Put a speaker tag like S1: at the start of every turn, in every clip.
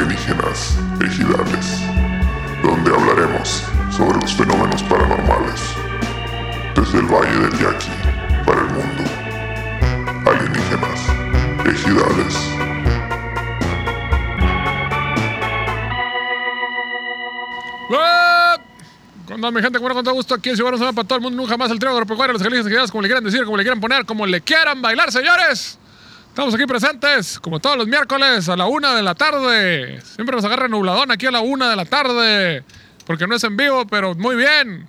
S1: Leyendas Ejidales, donde hablaremos sobre los fenómenos paranormales desde el Valle del Yaqui para el mundo. Alienígenas, ejidales.
S2: ¡Ah! Con no, mi gente, bueno, con todo gusto aquí en Ciudadanos Zona para todo el mundo, nunca más el trío agropecuario, los jaliscienses queridos, como le quieran decir, como le quieran poner, como le quieran bailar, señores. Estamos aquí presentes, como todos los miércoles, a la una de la tarde. Siempre nos agarra nubladón aquí a la una de la tarde, porque no es en vivo, pero muy bien.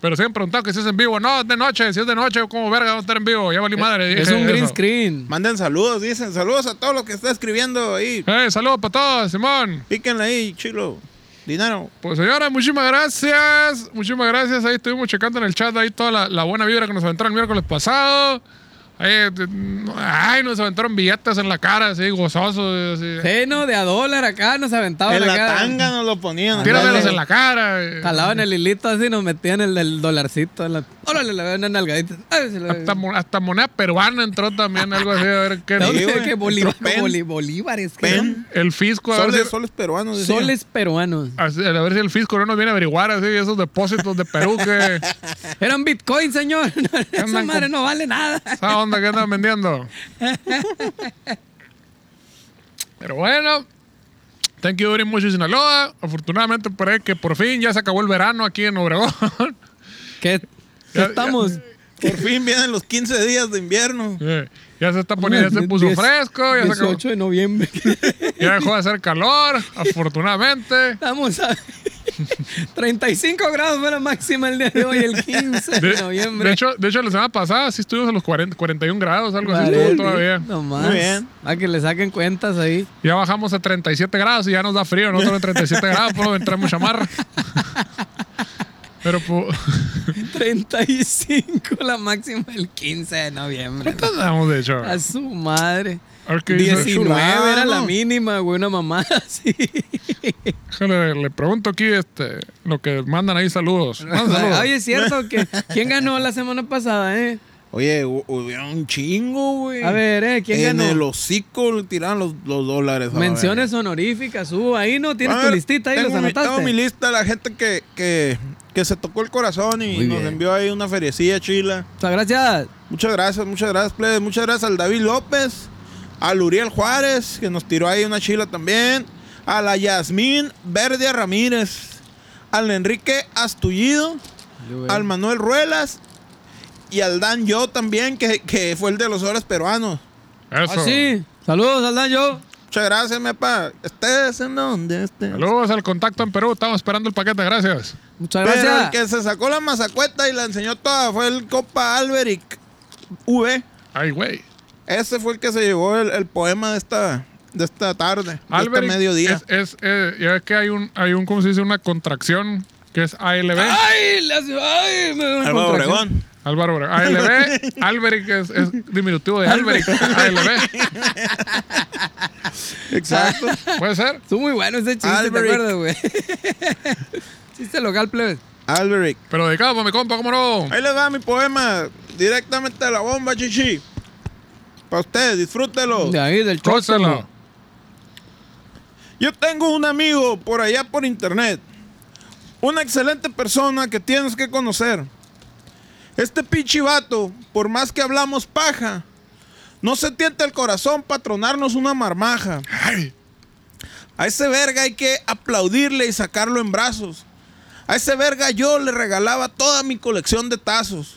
S2: Pero se han preguntado que si es en vivo. No, es de noche, si es de noche, ¿cómo verga vamos a estar en vivo? Ya valí madre.
S3: Es
S2: dije
S3: un green
S2: eso.
S3: screen.
S4: Manden saludos, dicen saludos a todo lo que está escribiendo ahí.
S2: Eh, saludos para todos, Simón.
S4: Píquenle ahí, chilo. Dinero.
S2: Pues señora, muchísimas gracias. Muchísimas gracias. Ahí estuvimos checando en el chat ahí toda la, la buena vibra que nos aventaron el miércoles pasado. Ahí, te- ay, nos aventaron billetes en la cara, así gozosos. Así.
S3: Seno de a dólar acá, nos aventaban
S4: En la
S3: acá.
S4: tanga nos lo ponían.
S2: Tíramelos
S3: Ándale.
S2: en la cara. eh.
S3: Jalaban el hilito así, nos metían el, el dolarcito. en la- Órale, le veo una nalgadita. Ay, se le-
S2: Hasta, mo- hasta moneda peruana entró también, algo así. A ver, ¿qué
S3: ¿De dónde?
S4: Sí, güey.
S3: ¿Qué bolivar-
S4: Entró pen.
S3: boli- bolívares? ¿qué
S4: Pen.
S2: El fisco, a ver,
S4: Soles,
S2: si,
S4: soles peruanos.
S3: son?
S4: decían.
S3: Soles peruanos.
S2: así- a ver si el fisco no nos viene a averiguar así esos depósitos de Perú que
S3: Eran bitcoin, señor. Esa
S2: Andan
S3: madre
S2: con-
S3: no vale nada.
S2: esa onda que andan vendiendo. Pero bueno, thank you very much, Sinaloa. Afortunadamente, por ahí que por fin ya se acabó el verano aquí en Obregón.
S3: ¿Qué?
S2: Ya-
S3: estamos?
S4: Por fin vienen los 15 días de invierno.
S2: Eh, Ya se está poniendo, ya se puso
S3: Diez-
S2: fresco, ya, se acabó-
S3: 18 de noviembre.
S2: ya dejó de hacer calor, afortunadamente.
S3: Estamos a 35 grados fue la máxima el día de hoy, el 15 de,
S2: De,
S3: noviembre.
S2: de hecho, de hecho, la semana pasada sí estuvimos a los 40, 41 grados, algo así
S3: Vale,
S2: estuvo todavía.
S3: No más.
S4: Muy bien.
S3: A que le saquen cuentas ahí.
S2: Ya bajamos a 37 grados y ya nos da frío, nosotros en 37 grados, pues entramos chamarra. Pero pues,
S3: 35, la máxima el 15 de noviembre.
S2: ¿cuántas damos de hecho?
S3: A su madre.
S2: A ver qué dice.
S3: 19
S4: Chulada,
S3: era la
S4: ¿no?
S3: mínima, güey, una mamada así.
S2: Déjale, le pregunto aquí este, lo que mandan ahí saludos. Manda saludos.
S3: Oye, es cierto que. ¿Quién ganó la semana pasada, eh?
S4: Oye, hu- hubieron un chingo, güey.
S3: A ver, eh, ¿quién
S4: en el
S3: ganó?
S4: hocico le tiraron los, los dólares. a la verga.
S3: Menciones honoríficas, hubo ahí, ¿no? Tienes
S4: A
S3: tu
S4: ver,
S3: listita ahí,
S4: tengo
S3: los
S4: mi-
S3: anotaste.
S4: Tengo mi lista, la gente que, que, que se tocó el corazón y
S3: Muy
S4: nos
S3: bien.
S4: envió ahí una feriecilla chila.
S3: Muchas gracias.
S4: Muchas gracias, muchas gracias, plebes. Muchas gracias al David López, al Uriel Juárez, que nos tiró ahí una chila también, a la Yasmín Verdia Ramírez, al Enrique Astullido, al Manuel Ruelas y al Dan Yo también, que, que fue el de los horas peruanos.
S2: Eso.
S3: Ah, sí. Saludos al Danjo.
S4: Muchas gracias, mi papá. Estés en donde estés.
S2: Saludos al contacto en Perú, estamos esperando el paquete, gracias.
S3: Muchas
S4: Pero el
S3: gracias.
S4: que se sacó la mazacueta y la enseñó toda fue el Copa Alberic E. V.
S2: Ay, güey.
S4: Ese fue el que se llevó el, el poema de esta, de esta tarde, de este
S2: Alberic
S4: mediodía.
S2: Es, es, eh, ya ves que hay un, hay un, ¿cómo se dice? Una contracción que es ALB.
S3: Ay, le hace- ay, me da una
S4: Álvaro
S3: contracción.
S4: Obregón.
S2: Álvaro Obregón. ALB. Alberic es, es diminutivo de Alberic. ALB.
S4: Exacto.
S2: Puede ser.
S3: Estuvo muy bueno ese chiste,
S4: Alberic.
S3: ¿te acuerdas, güey? chiste local, plebes.
S4: Alberic.
S2: Pero dedicado para mi compa, ¿cómo no?
S4: Ahí les va mi poema directamente a la bomba, chichi. Para ustedes, disfrútelo.
S3: De ahí, del
S2: Cóselo.
S3: chócalo.
S4: Yo tengo un amigo por allá por internet. Una excelente persona que tienes que conocer. Este pinche vato, por más que hablamos paja, no se tienta el corazón para tronarnos una marmaja.
S2: Ay,
S4: A ese verga hay que aplaudirle y sacarlo en brazos. A ese verga yo le regalaba toda mi colección de tazos.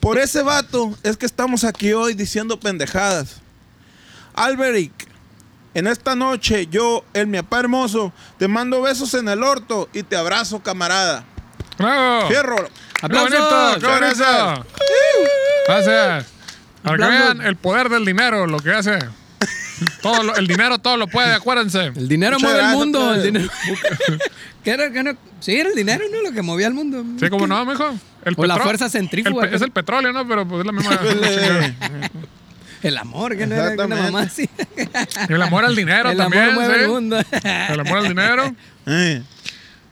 S4: Por ese vato es que estamos aquí hoy diciendo pendejadas. Alberic, en esta noche yo, el mi papá hermoso, te mando besos en el orto y te abrazo, camarada.
S3: Oh.
S2: bravo.
S4: Fierro.
S2: ¡Qué bonito! ¡Qué
S3: ¡Aplausos!
S2: bonito! Gracias. Para que
S3: Aplausos.
S2: vean el poder del dinero, lo que hace. Todo lo- el dinero todo lo puede, acuérdense.
S3: El dinero
S4: Muchas
S3: mueve el
S4: gracias,
S3: mundo. El
S4: plebes.
S3: dinero. ¿Qué era, qué era? Sí, era el dinero, ¿no? Lo que movía el mundo.
S2: Sí, como no, mijo. El
S3: O la
S2: petro-
S3: fuerza
S2: el
S3: centrífuga.
S2: pe- es el petróleo, ¿no? Pero pues es la misma.
S3: El amor, que no era una
S4: Exactamente.
S3: mamá así.
S2: el amor al dinero
S3: el
S2: también.
S3: amor mueve
S2: ¿sí?
S3: el mundo.
S2: El amor al dinero.
S4: Eh.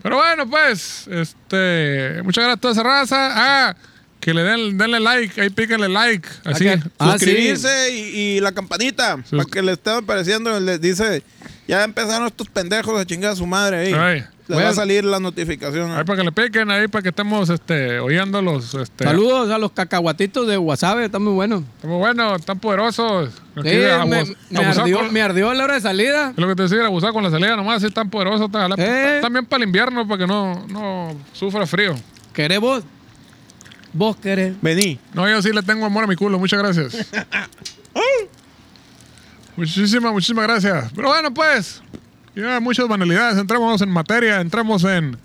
S2: Pero bueno, pues, este, muchas gracias a toda esa raza. Ah, Que le den, denle like, ahí píquenle like. Así.
S3: Acá. Ah,
S4: Suscribirse y, y la campanita para que le esté apareciendo. Les dice, ya empezaron estos pendejos a chingar a su madre ahí.
S2: Ay.
S4: Les va a salir la notificación.
S2: Ahí para que le piquen, ahí para que estemos este, oyendo los. Este,
S3: Saludos a los cacahuatitos de Wasabe, están muy buenos.
S2: Están muy buenos, están poderosos. Aquí
S3: Sí, me,
S2: abus-
S3: me
S2: abusar
S3: ardió,
S2: con-
S3: me ardió la hora de salida.
S2: Es lo que te decía, abusar con la salida nomás, sí, tan poderoso. Tan,
S3: Eh.
S2: También para el invierno, para que no, no sufra frío.
S3: ¿Querés vos? Vos querés.
S4: Vení.
S2: No, yo sí le tengo amor a mi culo, muchas gracias. muchísimas, muchísimas gracias. Pero bueno, pues, ya muchas banalidades, entramos en materia, entramos en...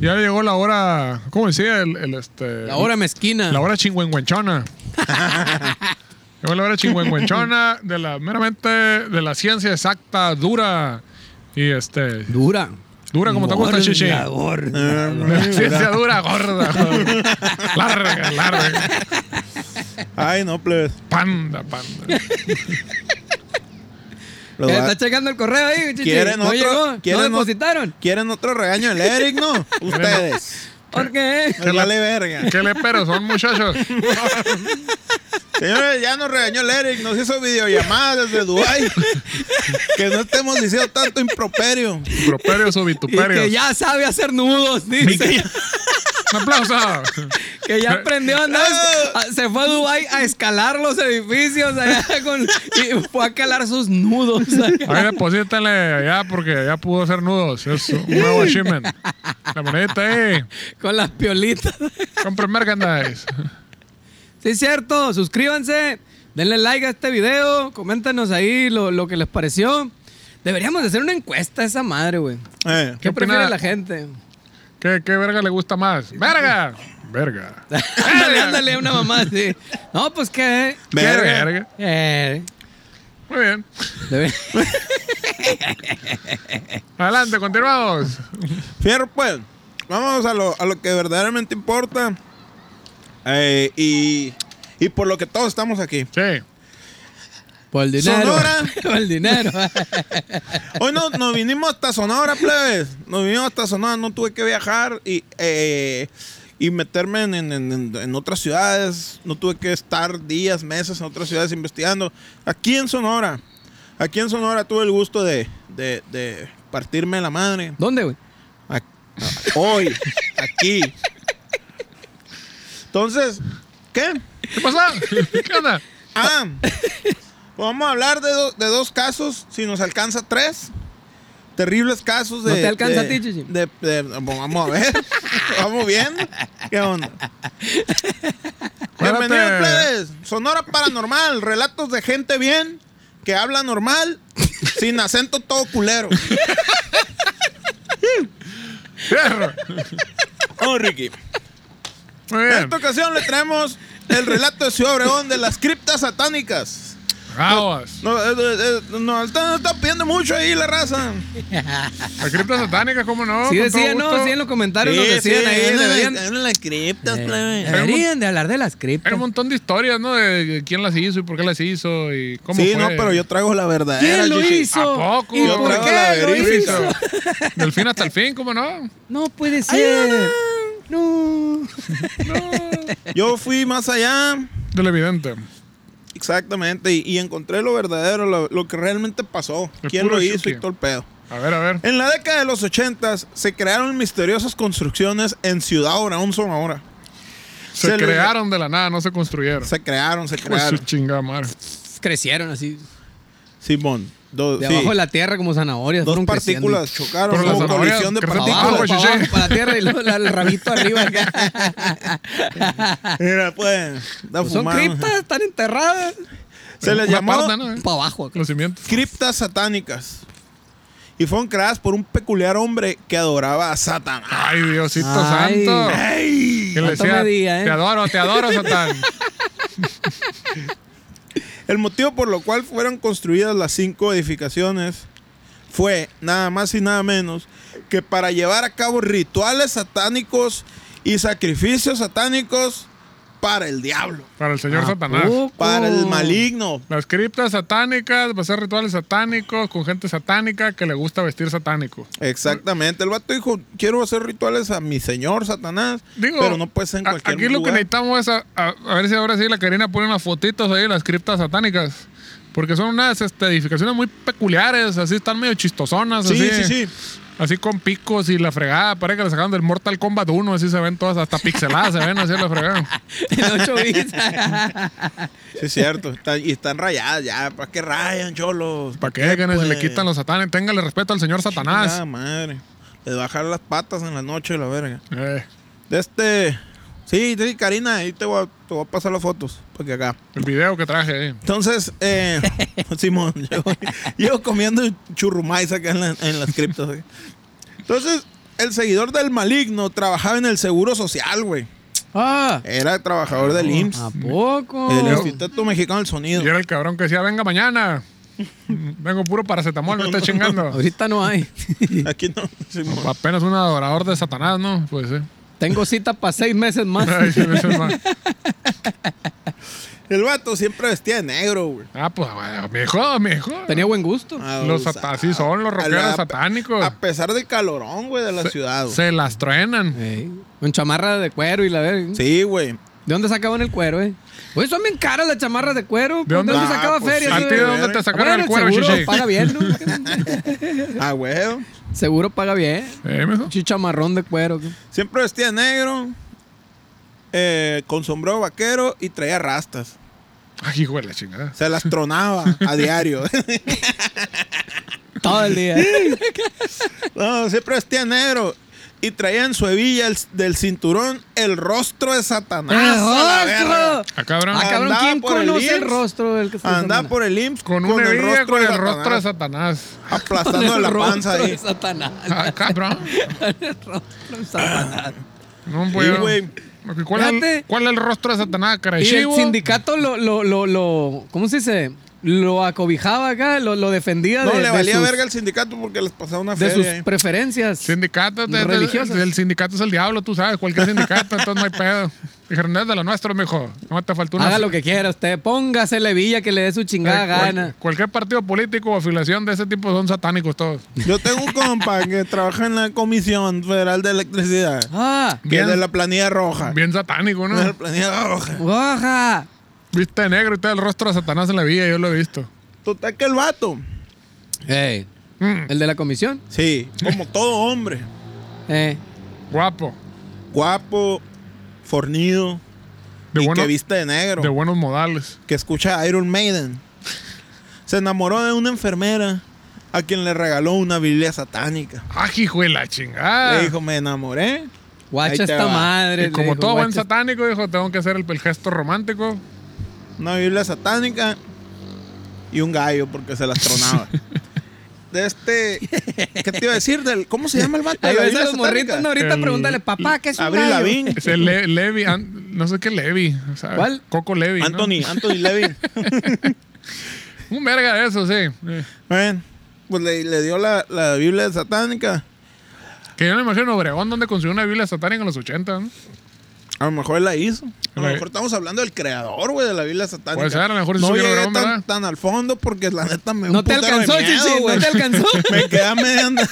S2: Ya llegó la hora, ¿cómo decía? El, el, este,
S3: La hora mezquina.
S2: La hora chingüengüenchona. Llegó la hora chingüengüenchona de la meramente de la ciencia exacta, dura y este
S3: Dura.
S2: dura como te gusta,
S3: Gorda,
S2: chichi.
S3: gorda.
S2: De la ciencia dura, gorda. larga, larga.
S4: Ay, no, plebes.
S2: Panda, panda.
S4: Los
S3: Eh,
S4: va-
S3: ¿Estás checando el correo ahí, chichi?
S4: ¿Quieren
S3: ¿No
S4: otro?
S3: llegó? ¿No
S4: ¿Quieren otro?
S3: depositaron?
S4: ¿Quieren otro regaño del Eric, no? Ustedes.
S3: ¿Por qué?
S4: Les vale verga.
S2: ¿Qué le pero son muchachos?
S4: Señores, ya nos regañó el Eric, nos hizo videollamadas desde Dubai. que no estemos diciendo tanto improperio.
S2: Properios o
S3: Y que
S2: vituperios.
S3: ya sabe hacer nudos, dice.
S2: Un aplauso.
S3: Que ya aprendió a andar. a- Se fue a Dubái a escalar los edificios allá con, y fue a calar sus nudos.
S2: Ahí deposítale allá porque ya pudo hacer nudos. Es un nuevo achievement. La monedita ahí.
S3: Con las piolitas.
S2: Compre merchandise.
S3: Sí, es cierto. Suscríbanse. Denle like a este video. Coméntanos ahí lo, lo que les pareció. Deberíamos de hacer una encuesta a esa madre, güey.
S4: Eh,
S3: ¿Qué,
S2: ¿Qué opina-
S3: prefiere la gente?
S2: ¿Qué, qué verga le gusta más? ¡Verga! Verga.
S3: ándale, ándale, una mamá así. No, pues qué.
S2: ¿Qué
S4: Verga.
S2: verga?
S3: Eh,
S2: Muy bien.
S3: debe-
S2: Adelante, continuamos.
S4: Fierro, pues. Vamos a lo, a lo que verdaderamente importa. Eh, y, y por lo que todos estamos aquí.
S2: Sí.
S3: Por el dinero.
S4: Sonora.
S3: Por el dinero.
S4: Hoy no, nos vinimos hasta Sonora, plebes. Nos vinimos hasta Sonora, no tuve que viajar y, eh, y meterme en, en- en- en otras ciudades. No tuve que estar días, meses en otras ciudades investigando. Aquí en Sonora, aquí en Sonora tuve el gusto de, de- de partirme la madre.
S3: ¿Dónde, güey?
S4: Ac- Hoy, aquí. Entonces, ¿qué?
S2: ¿Qué pasó? ¿Qué onda?
S4: Ah, vamos a hablar de, do- de dos casos, si nos alcanza tres. Terribles casos de.
S3: ¿No te alcanza
S4: de-
S3: a ti, Chichi?
S4: de- de- bueno, vamos a ver. vamos viendo. ¿Qué onda?
S2: Acuérdate.
S4: Bienvenidos, plebes. Sonora Paranormal. Relatos de gente bien, que habla normal, sin acento todo culero.
S2: Fierro.
S4: Oh, Ricky.
S2: Muy
S4: En
S2: bien.
S4: esta ocasión le traemos el relato de Ciudad Obregón de las criptas satánicas.
S2: Vamos.
S4: No, eh, eh, eh, no, está, está pidiendo mucho ahí la raza.
S2: La cripta satánica, ¿cómo no?
S3: Sí
S2: Con todo
S3: decían, no,
S2: gusto.
S3: sí en los comentarios nos decían ahí, deberían,
S4: en las criptas,
S3: Eh,
S4: plebe.
S3: deberían de hablar de las
S2: Hay
S3: criptas.
S2: un montón de historias, ¿no? De quién las hizo y por qué las hizo y cómo
S4: Sí,
S2: fue.
S4: no, pero yo traigo la verdadera.
S3: ¿Quién lo
S4: Gigi.
S3: hizo?
S2: ¿A poco?
S3: ¿Y
S2: Yo
S3: por
S4: traigo la
S3: qué lo
S4: verifica.
S3: hizo?
S2: Del fin hasta el fin, ¿cómo no?
S3: No puede ser. No.
S4: Yo fui más allá,
S2: De lo evidente.
S4: exactamente, y, y encontré lo verdadero, lo, lo que realmente pasó.
S2: El
S4: ¿Quién
S2: puro
S4: lo hizo
S2: chuque.
S4: y todo el pedo?
S2: A ver, a ver.
S4: En la década de los 80 se crearon misteriosas construcciones en Ciudad Obregón, Sonora.
S2: Se,
S4: se le-
S2: crearon de la nada, no se construyeron.
S4: Se crearon, se
S2: Pues su
S4: crearon.
S2: chingada madre.
S3: Pues, Crecieron así,
S4: Simón. do-
S3: de
S4: sí.
S3: abajo de la tierra como zanahorias.
S4: Dos
S3: fueron creciendo.
S4: partículas chocaron,
S2: Pero las
S4: hubo
S2: zanahorias
S4: colisión de
S2: crecen
S3: Para
S2: Partículas,
S3: abajo,
S4: partículas.
S2: güey,
S3: para,
S2: sí, sí.
S3: abajo, para la tierra y luego la- el rabito arriba acá.
S4: Mira, pues, da
S3: Pues son
S4: fumada.
S3: criptas, están enterradas.
S4: Se les
S2: Una
S4: llamó
S2: parda, ¿no?
S3: Para abajo acá.
S2: Los cimientos.
S4: criptas satánicas. Y fueron creadas por un peculiar hombre que adoraba a Satanás.
S2: Ay, Diosito
S3: Ay.
S2: santo. Que le
S3: Santo
S2: decía,
S3: medía, ¿eh?
S2: te adoro, te adoro, Satán.
S4: El motivo por lo cual fueron construidas las cinco edificaciones fue nada más y nada menos que para llevar a cabo rituales satánicos y sacrificios satánicos para el diablo,
S2: Para el señor
S3: ¿A
S2: Satanás.
S3: poco?
S4: para
S2: Oh.
S4: el maligno.
S2: Las criptas satánicas, va a hacer rituales satánicos con gente satánica que le gusta vestir satánico.
S4: Exactamente, el vato dijo, quiero hacer rituales a mi señor Satanás,
S2: Digo,
S4: pero no puede ser en
S2: a-
S4: cualquier
S2: aquí lo que
S4: lugar.
S2: necesitamos es a, a- a ver si ahora sí la Karina pone unas fotitos ahí de las criptas satánicas. Porque son unas este, edificaciones muy peculiares, así están medio chistosonas.
S4: Sí,
S2: así,
S4: sí, sí.
S2: Así con picos y la fregada. Parece que la sacaron del Mortal Kombat 1, así se ven todas, hasta pixeladas se ven así la fregada.
S3: En ocho bits. Ah,
S4: Sí, es cierto. Está- y están rayadas ya. ¿Para qué rayan, cholos?
S2: ¿Para qué? Que
S4: pues?
S2: le quitan los satanes. Téngale respeto al señor Satanás.
S4: Chingada madre. Les bajar las patas en la noche, la verga.
S2: Eh,
S4: De este. Sí, sí, Karina, ahí te voy a, te voy a pasar las fotos. Porque acá.
S2: el video que traje ahí.
S4: Entonces, eh, Simón, yo, yo comiendo churrumais acá en, la- en las criptas. güey. Entonces, el seguidor del maligno trabajaba en el seguro social, güey.
S3: Ah,
S4: Era trabajador
S2: Ah,
S4: del IMSS,
S3: ¿A poco?
S4: el Instituto Mexicano del Sonido.
S2: Y era el cabrón que decía, venga mañana. Vengo puro paracetamol, me está chingando.
S3: Ahorita no hay.
S4: Aquí no, Simón.
S2: Apenas un adorador de Satanás, ¿no? Pues sí.
S3: Tengo cita para seis meses más.
S2: Ay, sí, eso es más.
S4: El vato siempre vestía de negro, güey.
S2: Ah, pues bueno, mijo, mijo.
S3: Tenía buen gusto.
S4: Ah,
S2: Los
S4: usaba.
S2: sata- así son los rockeros
S4: A la-
S2: satánicos.
S4: A pesar del calorón, güey, de la ciudad. güey.
S2: Se las truenan.
S3: Ey, Con chamarra de cuero y la verga.
S4: Sí, güey.
S3: ¿De dónde sacaban el cuero, eh? Oye, son bien caras las chamarras de cuero. pues, ¿De
S2: dónde?
S3: dónde,
S4: Ah,
S3: sacaba
S4: pues
S3: feria?
S4: sí,
S2: ¿A ti de
S4: güey.
S2: dónde te sacaron
S3: Bueno,
S2: el cuero,
S3: seguro
S2: Shishi?
S3: paga bien, ¿no?
S4: Ah, güey.
S3: seguro paga bien.
S2: Eh, mijo.
S3: Chi chamarrón de cuero. ¿qué?
S4: Siempre vestía de negro, eh, con sombrero vaquero y traía rastas.
S2: Ay, hijo de la chingada.
S4: Se las tronaba a diario.
S3: Todo el día.
S4: no, siempre vestía de negro. Y traía en su hebilla el- del cinturón el rostro de Satanás. a la verga.
S3: ¡Rostro!
S2: Ah, cabrón.
S3: Ah, cabrón,
S4: Andaba
S3: ¿quién
S4: por el
S3: conoce el
S4: IMSS?
S3: rostro del que se
S4: Andaba
S3: desmana?
S4: por el IMSS
S2: Con una herida con el rostro de
S4: Satanás,
S2: Satanás.
S4: Aplastando la panza
S3: rostro
S4: ahí.
S3: de Satanás.
S2: Ah, cabrón.
S3: El rostro de Satanás.
S2: No puedo.
S4: güey.
S2: ¿Cuál, es el-
S3: Fíjate.
S2: ¿Cuál es el rostro de Satanás, caray?
S3: Y el
S2: ¿Chivo?
S3: sindicato lo, lo, lo, lo- ¿cómo se dice? Lo acobijaba acá, lo, lo defendía
S4: No,
S3: de,
S4: le
S3: de
S4: valía
S3: sus,
S4: verga eh. al sindicato porque les pasaba una
S3: de
S4: feria.
S3: sus
S4: ahí.
S3: preferencias.
S2: Sindicato, de- de-
S3: Religiosas.
S2: el sindicato es el diablo, tú sabes, cualquier sindicato, entonces no hay pedo. Dijeron, no es de lo nuestro, mijo. No te faltó una.
S3: Haga lo que quiera usted, póngase la hebilla que le dé su chingada
S2: Eh, cual-
S3: gana.
S2: Cualquier partido político o afiliación de ese tipo son satánicos todos.
S4: Yo tengo un compa que trabaja en la Comisión Federal de Electricidad.
S3: Ah,
S4: Que es
S2: Bien.
S4: de la planilla roja.
S2: Bien satánico,
S4: De la
S2: ¿no?
S4: planilla roja.
S3: baja.
S2: Viste de negro y todo el rostro de Satanás en la villa, yo lo he visto.
S4: Total que el vato.
S3: Ey,
S2: Mm,
S3: el de la comisión.
S4: Sí, como todo hombre.
S3: Eh,
S2: guapo.
S4: Guapo, fornido,
S2: De,
S4: y
S2: bueno-
S4: que viste de negro.
S2: de buenos modales.
S4: que escucha a Iron Maiden. Se enamoró de una enfermera a quien le regaló una Biblia satánica.
S2: ¡Ah, hijo de la chingada!
S4: Le dijo, me enamoré. Ahí te
S3: guacha esta
S4: va.
S3: madre.
S2: y
S3: le
S2: como
S3: dijo,
S2: todo buen
S3: guacha-
S2: satánico, dijo, tengo que hacer el, el gesto romántico.
S4: una Biblia satánica y un gallo porque se las tronaba. De este, ¿qué te iba a decir? Del, ¿Cómo se llama el vato? de
S3: Ahí
S4: la
S3: ves
S4: Biblia
S3: a los morritos, no,
S4: satánica?
S3: ahorita
S2: El-
S3: pregúntale, papá, ¿qué es un
S4: Abril
S3: gallo?
S4: Lavigne.
S2: Es el Le- Levi, An- no sé qué Levi. ¿sabes?
S3: ¿Cuál?
S2: Coco Levi. ¿no?
S4: Anthony, Anthony Levin.
S2: Un verga de eso, sí. Eh,
S4: Bueno, pues le, le dio la, la Biblia satánica.
S2: Que yo me imagino Obregón donde consiguió una Biblia satánica en los 80, ¿no?
S4: A lo mejor él la hizo. A lo
S2: La-
S4: mejor estamos hablando del creador, güey, de la Biblia satánica.
S2: Puede ser, a lo mejor sí
S4: no
S2: subió
S4: llegué
S2: Obregón,
S4: tan,
S2: ¿verdad?
S4: tan al fondo porque la neta me
S3: No
S4: un
S3: te
S4: putero de
S3: alcanzó,
S4: miedo,
S3: chichi,
S4: güey.
S3: no te alcanzó.
S4: Me quedé a media anda-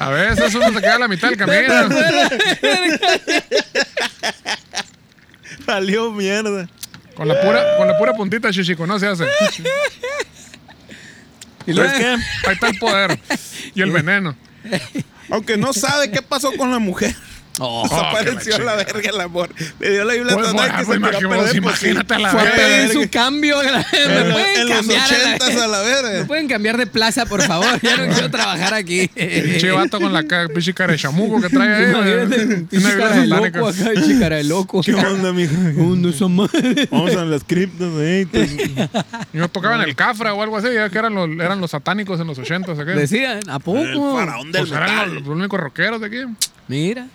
S2: A veces uno se queda a la mitad del camino.
S4: Salió mierda.
S2: Con la pura, con la pura puntita, chichico, no se hace.
S3: Y luego-
S4: ¿Sabes qué?
S2: Ahí está el poder y el veneno.
S4: Aunque no sabe qué pasó con la mujer.
S3: Oh,
S4: Desapareció
S2: Oh,
S4: a
S2: qué
S4: la
S2: la
S4: verga el amor. Le dio la Biblia
S2: Pues,
S4: satánica
S2: bueno,
S4: y se tiró
S2: imagínate,
S4: a perder,
S2: vos,
S4: pues, sí.
S2: imagínate a la
S3: Fue
S4: Fue
S3: a
S2: verga.
S3: pedir
S4: verga.
S3: su cambio.
S4: En,
S3: ¿Me
S4: lo-
S3: pueden
S4: en los
S3: cambiar? a la
S4: ochentas a
S3: verga?
S4: la
S3: ¿Me
S4: verga.
S3: pueden cambiar de plaza, por favor? Ya no quiero trabajar aquí.
S2: Pinche vato con la ca- pinche cara de chamuco que trae ahí.
S3: Imagínate,
S2: güey.
S3: pinche cara de loco acá, pinche cara de loco.
S4: ¿Qué onda, mijo?
S3: Uno esa madre.
S4: Vamos a las ¿eh? criptas, güey.
S2: Yo tocaba en el Cafra o algo así, ya que eran los, eran los satánicos en los 80, ¿o qué?
S3: Decían, ¿a
S4: El
S3: poco?
S4: faraón del
S2: Pues eran
S4: metal.
S2: los, los únicos rockeros de aquí.
S3: Mira.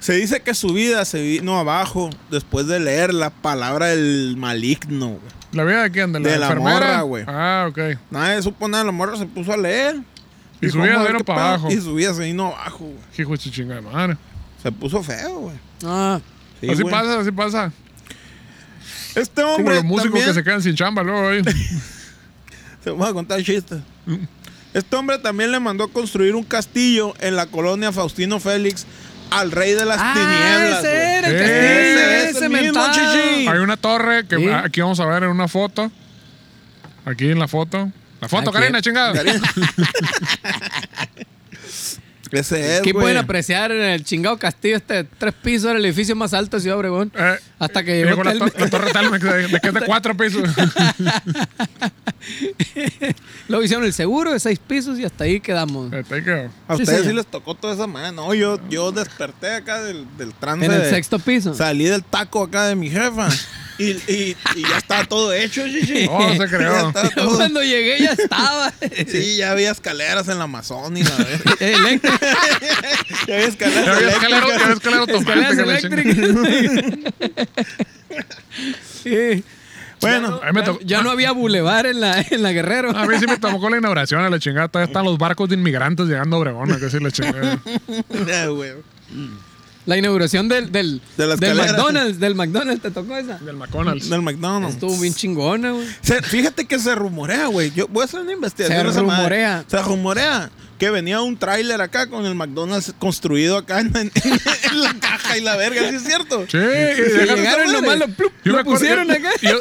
S4: Se dice que su vida se vino abajo después de leer la palabra del maligno. güey.
S2: ¿La vida de quién? ¿De la,
S4: De la
S2: enfermera?
S4: morra, güey.
S2: Ah, ok.
S4: Nadie supo nada, la morra se puso a leer.
S2: Y su
S4: Dijo,
S2: vida
S4: "Vamos a ver
S2: vino
S4: qué
S2: para
S4: pedo".
S2: abajo.
S4: Y su vida se vino abajo. güey.
S2: Hijo de su chingada madre.
S4: Se puso feo, güey.
S3: Ah,
S4: Sí,
S2: así
S4: güey.
S2: pasa, así pasa.
S4: Este
S2: Como
S4: hombre
S2: los músicos
S4: también...
S2: que se quedan sin chamba luego ahí.
S4: Se vamos a contar chistes. Este hombre también le mandó construir un castillo en la colonia Faustino Félix al rey de las
S3: Ah,
S4: tinieblas.
S3: ese
S4: güey.
S3: era el
S2: Sí.
S3: castillo,
S4: Ese,
S3: ese
S4: ese mismo,
S3: mentado.
S4: chichi.
S2: Hay una torre que
S3: Sí.
S2: aquí vamos a ver en una foto. Aquí en la foto. La foto,
S3: Aquí.
S2: Karina, chingada.
S4: Ese es,
S3: Aquí
S4: güey.
S3: pueden apreciar en el chingado castillo este de tres pisos era el edificio más alto de Ciudad Obregón.
S2: Eh,
S3: Hasta que
S2: y luego
S3: llegó
S2: la,
S3: Telmex.
S2: to- la torre Telmex de, de que es de cuatro pisos. Eh,
S3: Luego hicieron el seguro de seis pisos y hasta ahí quedamos.
S2: Hasta ahí quedó.
S4: A
S3: Sí,
S4: ustedes sí,
S3: señor.
S4: les tocó toda esa madre. No, yo, yo desperté acá del, del trance.
S3: En el
S4: de-
S3: sexto piso.
S4: Salí del taco acá de mi jefa. y, y, y ya estaba todo hecho, chichi.
S2: No, se creó.
S4: Ya estaba
S3: Yo
S4: todo-
S3: Cuando llegué ya estaba.
S4: Sí, ya había escaleras en la Amazonia. la verga.
S3: eh, Eléctrica,
S4: ya había escaleras
S2: Ya había escalera, ya
S4: eléctricas.
S2: había escalera
S3: escaleras
S2: automática. la chingada.
S3: eléctricas. Sí.
S4: Bueno,
S2: A mí me
S3: Ya,
S2: tocó-
S3: ya no había bulevar en la, en la
S4: Ah,
S3: Guerrero.
S2: A mí sí me tocó la inauguración a la chingada. Todavía están los barcos de inmigrantes llegando a Obregón. Que sí, la chingada.
S4: ya, güey.
S3: La inauguración del, del,
S4: De la
S3: del
S4: escalera.
S3: McDonald's. Del McDonald's, ¿te tocó esa?
S2: Del McDonald's.
S4: Del McDonald's.
S3: Estuvo bien chingona, güey.
S4: Se- fíjate que se rumorea, güey. Yo voy a hacer una investigación.
S3: Se
S4: esa madre.
S3: rumorea.
S4: Se rumorea que venía un tráiler acá con el McDonald's construido acá en, en- en la caja y la verga, ¿sí es cierto?
S2: Sí, y deja-
S3: Llegaron nomás, lo, plup,
S2: Yo
S3: lo
S2: me acuerdo-
S3: pusieron
S2: yo-
S3: acá.
S2: Yo,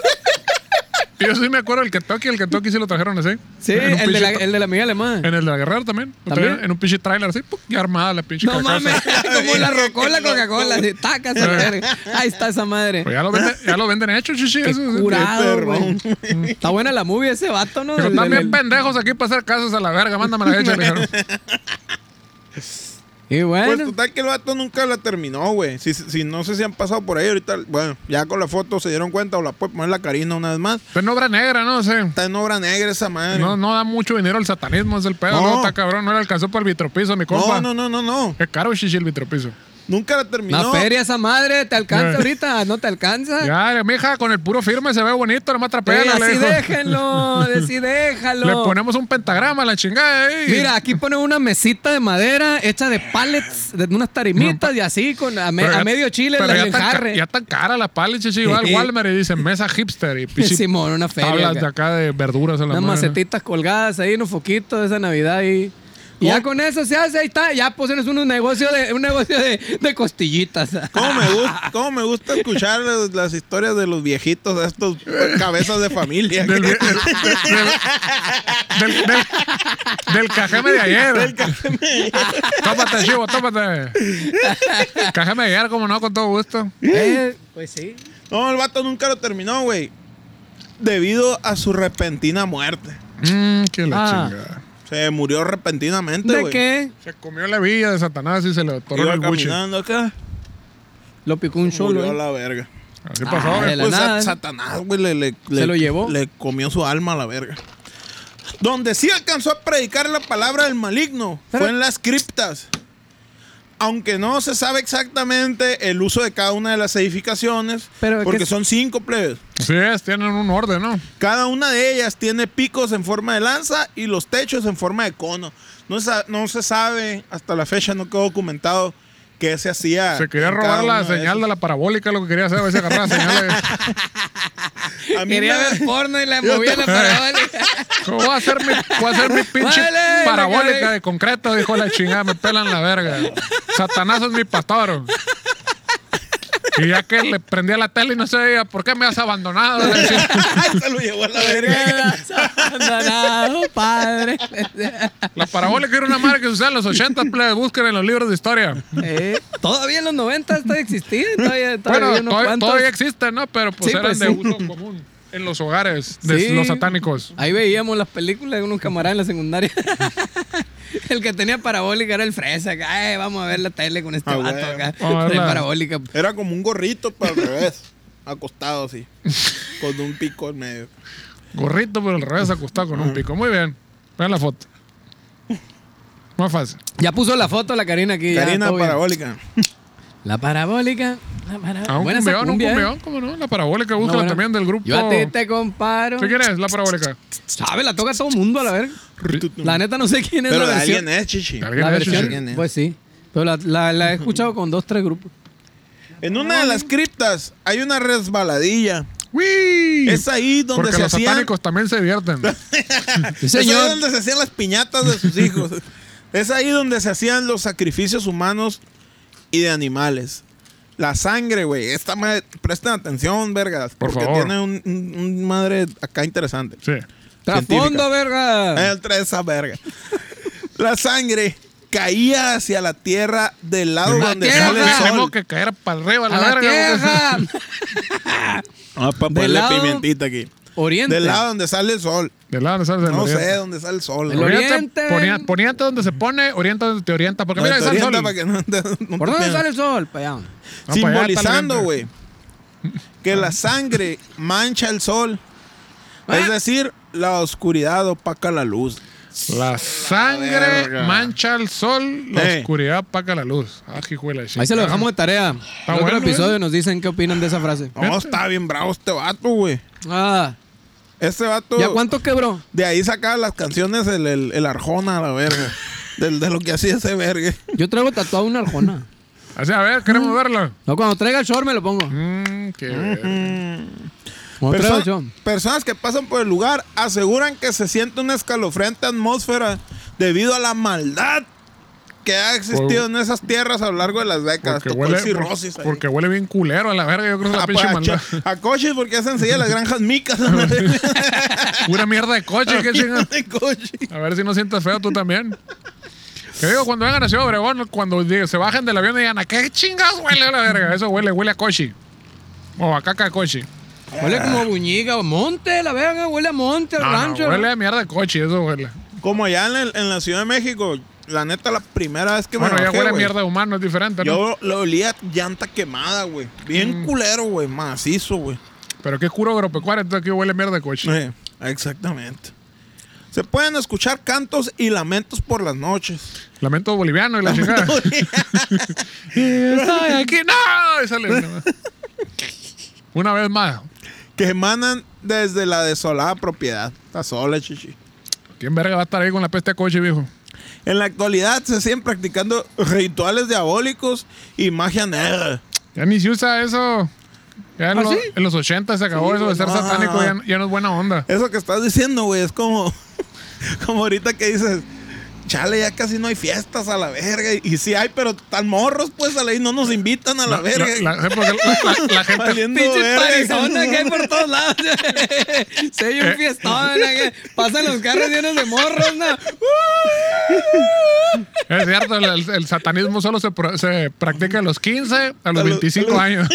S2: yo sí me acuerdo del Kentucky, el Kentucky sí lo trajeron así.
S3: Sí,
S2: En un
S3: el de, la,
S2: pinche-
S3: el de la amiga alemana.
S2: En el de la Guerrero también. lo trajeron
S3: ¿También?
S2: En un pinche trailer así, ¡pum! ya armada la pinche
S3: No
S2: carcasa.
S3: mames, como la rocola
S4: Qué loco,
S3: Coca-Cola, así, tacas a la verga. Ahí está esa madre.
S2: Pues ya lo venden, ya lo venden hecho, chichi.
S3: Qué
S2: eso sí.
S3: curado, güey.
S4: perrón.
S3: Está buena la movie ese vato, ¿no?
S2: Pero
S3: El-
S2: están
S3: el-
S2: bien
S3: el-
S2: pendejos aquí para hacer casos a la verga. Mándame la hecha, le dijeron.
S3: Y
S4: Pues
S3: bueno,
S4: total que el vato nunca la terminó, güey. Si, si no sé si han pasado por ahí ahorita, bueno, ya con la foto se dieron cuenta o la puede poner la carina una vez más.
S2: Pero no obra negra, ¿no? sé.
S4: Está en obra negra esa madre.
S2: no,
S4: No,
S2: no da mucho dinero el satanismo, es el pedo.
S4: No.
S2: No, está cabrón, no le alcanzó para el vitropiso, mi compa.
S4: no, no, no, no.
S2: Qué caro, chichi, el vitropiso.
S4: Nunca la
S3: una
S4: terminó.
S3: feria esa madre, ¿te alcanza
S2: Eh.
S3: ahorita? ¿No te alcanza?
S2: Ya, mija, con el puro firme se ve bonito, nomás
S3: Sí,
S2: trapea. le
S3: así
S2: dijo.
S3: déjenlo, de así déjalo.
S2: Le ponemos un pentagrama a la chingada ahí.
S3: Mira, aquí ponen una mesita de madera hecha de pallets, de unas tarimitas y así, con a, me-
S2: Pero
S3: a
S2: ya-
S3: medio chile
S2: pero
S3: la
S2: ya
S3: el
S2: tan, ca-
S3: enjarre.
S2: ya tan cara la pala, chichi. Va al
S3: Sí.
S2: Walmart y dice mesa hipster y pichi
S3: Simón, una feria.
S2: tablas
S3: acá.
S2: de acá de verduras en la
S3: Unas
S2: madre.
S3: macetitas colgadas ahí, unos foquitos de esa Navidad ahí. Y ya
S4: Oh.
S3: con eso se hace, ahí está. Ya pues eres un negocio de, un negocio de, de costillitas.
S4: ¿Cómo me, gusta, ¿Cómo me gusta escuchar las, las historias de los viejitos, de estos cabezas de familia?
S2: Del, del, del, del- del cajeme de ayer. tómate, chivo, tómate. Cajeme de ayer, como no, con todo gusto.
S3: Eh, pues sí.
S4: No, el vato nunca lo terminó, güey. Debido a su repentina muerte.
S2: Mmm, qué la
S3: Ah.
S2: chingada.
S4: Se murió repentinamente,
S3: ¿De
S4: güey.
S3: qué?
S2: Se comió la villa de Satanás y se le atoró
S4: Iba
S2: el buche.
S4: caminando acá.
S3: Lo picó un cholo.
S4: Murió
S3: eh.
S4: a la verga.
S2: Así pasó.
S3: Ah,
S2: eh.
S3: de la
S4: Pues Sa-
S3: nada.
S4: Satanás, güey, le, le- le-
S3: lo llevó?
S4: Le comió su alma a la verga. Donde sí alcanzó a predicar la palabra del maligno
S3: Pero-
S4: fue en las criptas. Aunque no se sabe exactamente el uso de cada una de las edificaciones,
S3: Pero, ¿qué
S4: porque
S3: es-
S4: son cinco plebes.
S2: Así es, tienen un orden, ¿no?
S4: Cada una de ellas tiene picos en forma de lanza y los techos en forma de cono. No, sa- no se sabe, hasta la fecha no quedó documentado qué se hacía.
S2: Se quería
S4: en cada
S2: robar la
S4: uno de
S2: señal de la parabólica, lo que quería hacer, a ver si agarraba la señal. de-
S4: esos. A mí
S3: Quería
S4: me-
S3: ver porno y la movía la parabólica.
S2: Voy a hacer mi, voy a hacer mi pinche
S3: Vale, la
S2: parabólica
S3: cagué.
S2: de concreto, dijo la chingada, me pelan la verga. Satanás es mi pastor. Y ya que le prendía la tele y no se veía, ¿por qué me has abandonado? Le decía.
S4: Ay, se lo llevó a la verga.
S3: Quedas abandonado, padre.
S2: La parabólica era una madre que se usaba en los 80, plebe, busquen en los libros de historia.
S3: Eh, todavía en los 90 todavía existía. Todavía, todavía
S2: Bueno,
S3: unos
S2: todavía,
S3: cuantos.
S2: todavía existen, ¿no? Pero pues
S3: Sí,
S2: eran
S3: pues,
S2: de
S3: sí.
S2: uso común en los hogares de
S3: Sí.
S2: los satánicos.
S3: Ahí veíamos las películas de unos camaradas en la secundaria. el que tenía parabólica era el fresa. acá, "Ay, vamos a ver la tele con este
S4: Ah,
S3: vato
S4: bueno.
S3: acá.
S2: Vamos a
S3: Trae
S2: verla.
S3: parabólica.
S4: Era como un gorrito, pero al revés. Acostado así. Con un pico en medio.
S2: Gorrito por el revés, acostado
S3: Ah.
S2: con un pico. Muy bien. Vean la foto. Más fácil.
S3: Ya puso la foto la Karina aquí. ya,
S4: Karina
S3: todo bien.
S4: parabólica.
S3: La parabólica. La parabólica.
S2: A Ah, un
S3: Buena esa
S2: cumbeón, un
S3: cumbia, ¿eh?
S2: cumbeón, ¿cómo no? La parabólica, búscala
S3: No, bueno. este.
S2: también del grupo.
S3: Yo a ti te comparo.
S2: ¿Sí quién es? La parabólica.
S3: Sabe, la toca todo el mundo a la verga. La neta no sé quién es
S4: Pero
S3: la
S4: de
S3: versión.
S4: alguien es, chichi.
S2: ¿De alguien ¿eh?
S3: La
S2: es,
S3: versión.
S2: chichi?
S4: es.
S3: Pues sí. Pero la, la- la he escuchado con dos, tres grupos.
S4: En una de las criptas hay una resbaladilla.
S2: ¡Uy!
S4: Es ahí donde
S2: Porque
S4: se
S2: los
S4: hacían.
S2: satánicos también se divierten.
S3: Sí,
S4: Es ahí
S3: señor.
S4: donde se hacían las piñatas de sus hijos. es ahí donde se hacían los sacrificios humanos y de animales. La sangre, güey. Esta madre. Presten atención, vergas.
S2: Por
S4: porque
S2: favor.
S4: tiene un, un- un madre acá interesante.
S2: Sí.
S4: Científica.
S3: Trasfondo,
S2: Eh,
S3: verga.
S4: El tres, esa verga. La sangre caía hacia la tierra del lado
S3: La
S4: donde
S3: tierra.
S4: sale el
S3: Tenemos
S2: Tenemos
S4: sol.
S2: que caer para arriba
S3: A
S2: la,
S3: la
S2: verga.
S3: tierra.
S4: Ah, para
S3: ponerle pimentita
S4: aquí.
S3: Oriente.
S4: Del lado donde sale el sol.
S2: Del lado donde sales del
S4: No
S2: oriente.
S4: sé dónde sale el sol.
S3: El
S4: güey.
S2: Oriente,
S3: Oriente.
S2: poni- poniente donde se pone, oriente donde te orienta. Porque
S4: No,
S2: mira,
S4: te
S2: ahí sale el
S4: orienta
S2: sol.
S4: para que no te- no
S3: ¿Por
S4: te
S3: dónde
S4: pierdas.
S3: sale el sol? Para allá.
S2: No, para allá está la
S4: Simbolizando,
S2: gente.
S4: güey, que la sangre mancha el sol. Es decir, la oscuridad opaca la luz.
S2: La sangre
S4: verga.
S2: mancha el sol, la
S4: Eh.
S2: oscuridad apaca la luz. Ah, hijo de la
S3: Ahí se lo
S2: chingada.
S3: dejamos de tarea. En otro
S2: bueno, ¿eh?
S3: episodio
S2: güey.
S3: nos dicen qué opinan de esa frase.
S4: No, está bien bravo este vato, güey.
S3: Ah,
S4: Este vato.
S3: ¿Ya cuánto quebró?
S4: De ahí sacaba las canciones el, el, el Arjona, a la verga. Del- de lo que hacía ese verga.
S3: Yo traigo tatuado una arjona.
S2: Así, a ver,
S4: Mm.
S2: queremos verlo.
S3: No, cuando traiga el short me lo pongo.
S2: Mmm, qué verga.
S3: Cuando traiga el
S4: Perso-
S3: short.
S4: personas que pasan por el lugar aseguran que se siente una escalofriante atmósfera debido a la maldad que ha existido en esas tierras a lo largo de las décadas.
S2: Porque
S4: Tocó
S2: huele,
S4: el cirrosis ahí. Ah,
S2: porque huele bien culero a la verga. Yo creo que es
S4: a,
S2: la pinche
S4: a-
S2: maldad.
S4: a coches porque hacen enseguida las granjas micas.
S2: Pura mierda de coche, qué chingada.
S4: De coche.
S2: A ver si no sientes feo tú también. Que digo, cuando vengan a Ciudad Obregón, cuando diga- se bajen del avión y digan, ¿a qué chingados huele a la verga? Eso huele, huele a cochi. O a caca de cochi.
S3: Huele como buñiga, o monte, la verga, huele a monte, al
S2: No, no,
S3: rancho.
S2: huele a mierda de cochi, eso huele.
S4: Como allá en, el- en la Ciudad de México, la neta, la primera vez que
S2: Bueno,
S4: me
S2: ya
S4: bajé,
S2: huele a
S4: güey,
S2: mierda de humano, es diferente, ¿no?
S4: Yo lo olía llanta quemada, güey. Bien culero, güey. Macizo, güey.
S2: Pero qué curo agropecuario, entonces aquí huele a mierda de cochi.
S4: Eh, exactamente. Se pueden escuchar cantos y lamentos por las noches.
S2: Lamento boliviano y la chingada. Estoy aquí, no. Y sale, no. Una vez más.
S4: que emanan desde la desolada propiedad. Está sola, chichi.
S2: ¿Quién verga va a estar ahí con la peste de cochi, viejo?
S4: En la actualidad se siguen practicando rituales diabólicos y magia negra.
S2: Ya ni se usa eso. Ya en,
S3: ¿Ah,
S2: los-
S3: sí?
S2: en los 80 se acabó
S4: Sí,
S2: eso de
S4: güey,
S2: ser
S4: no,
S2: satánico,
S4: no,
S2: ya,
S4: no.
S2: ya no es buena onda.
S4: Eso que estás diciendo, güey, es como, como ahorita que dices, chale, ya casi no hay fiestas a la verga. Y sí hay, pero tan morros, pues, a la y no nos invitan a la
S2: La-
S4: verga.
S2: la- la- sí, porque la- la- la gente-
S4: Valiendo
S3: Pinche
S4: verga.
S3: parizona que hay por todos lados. Se oye un fiestón. ¿eh? Pasan los carros llenos de morros, ¿no?
S2: es cierto, el, el- el satanismo solo se, pro- se practica a los 15, a los
S4: A los-
S2: 25
S4: a
S2: años.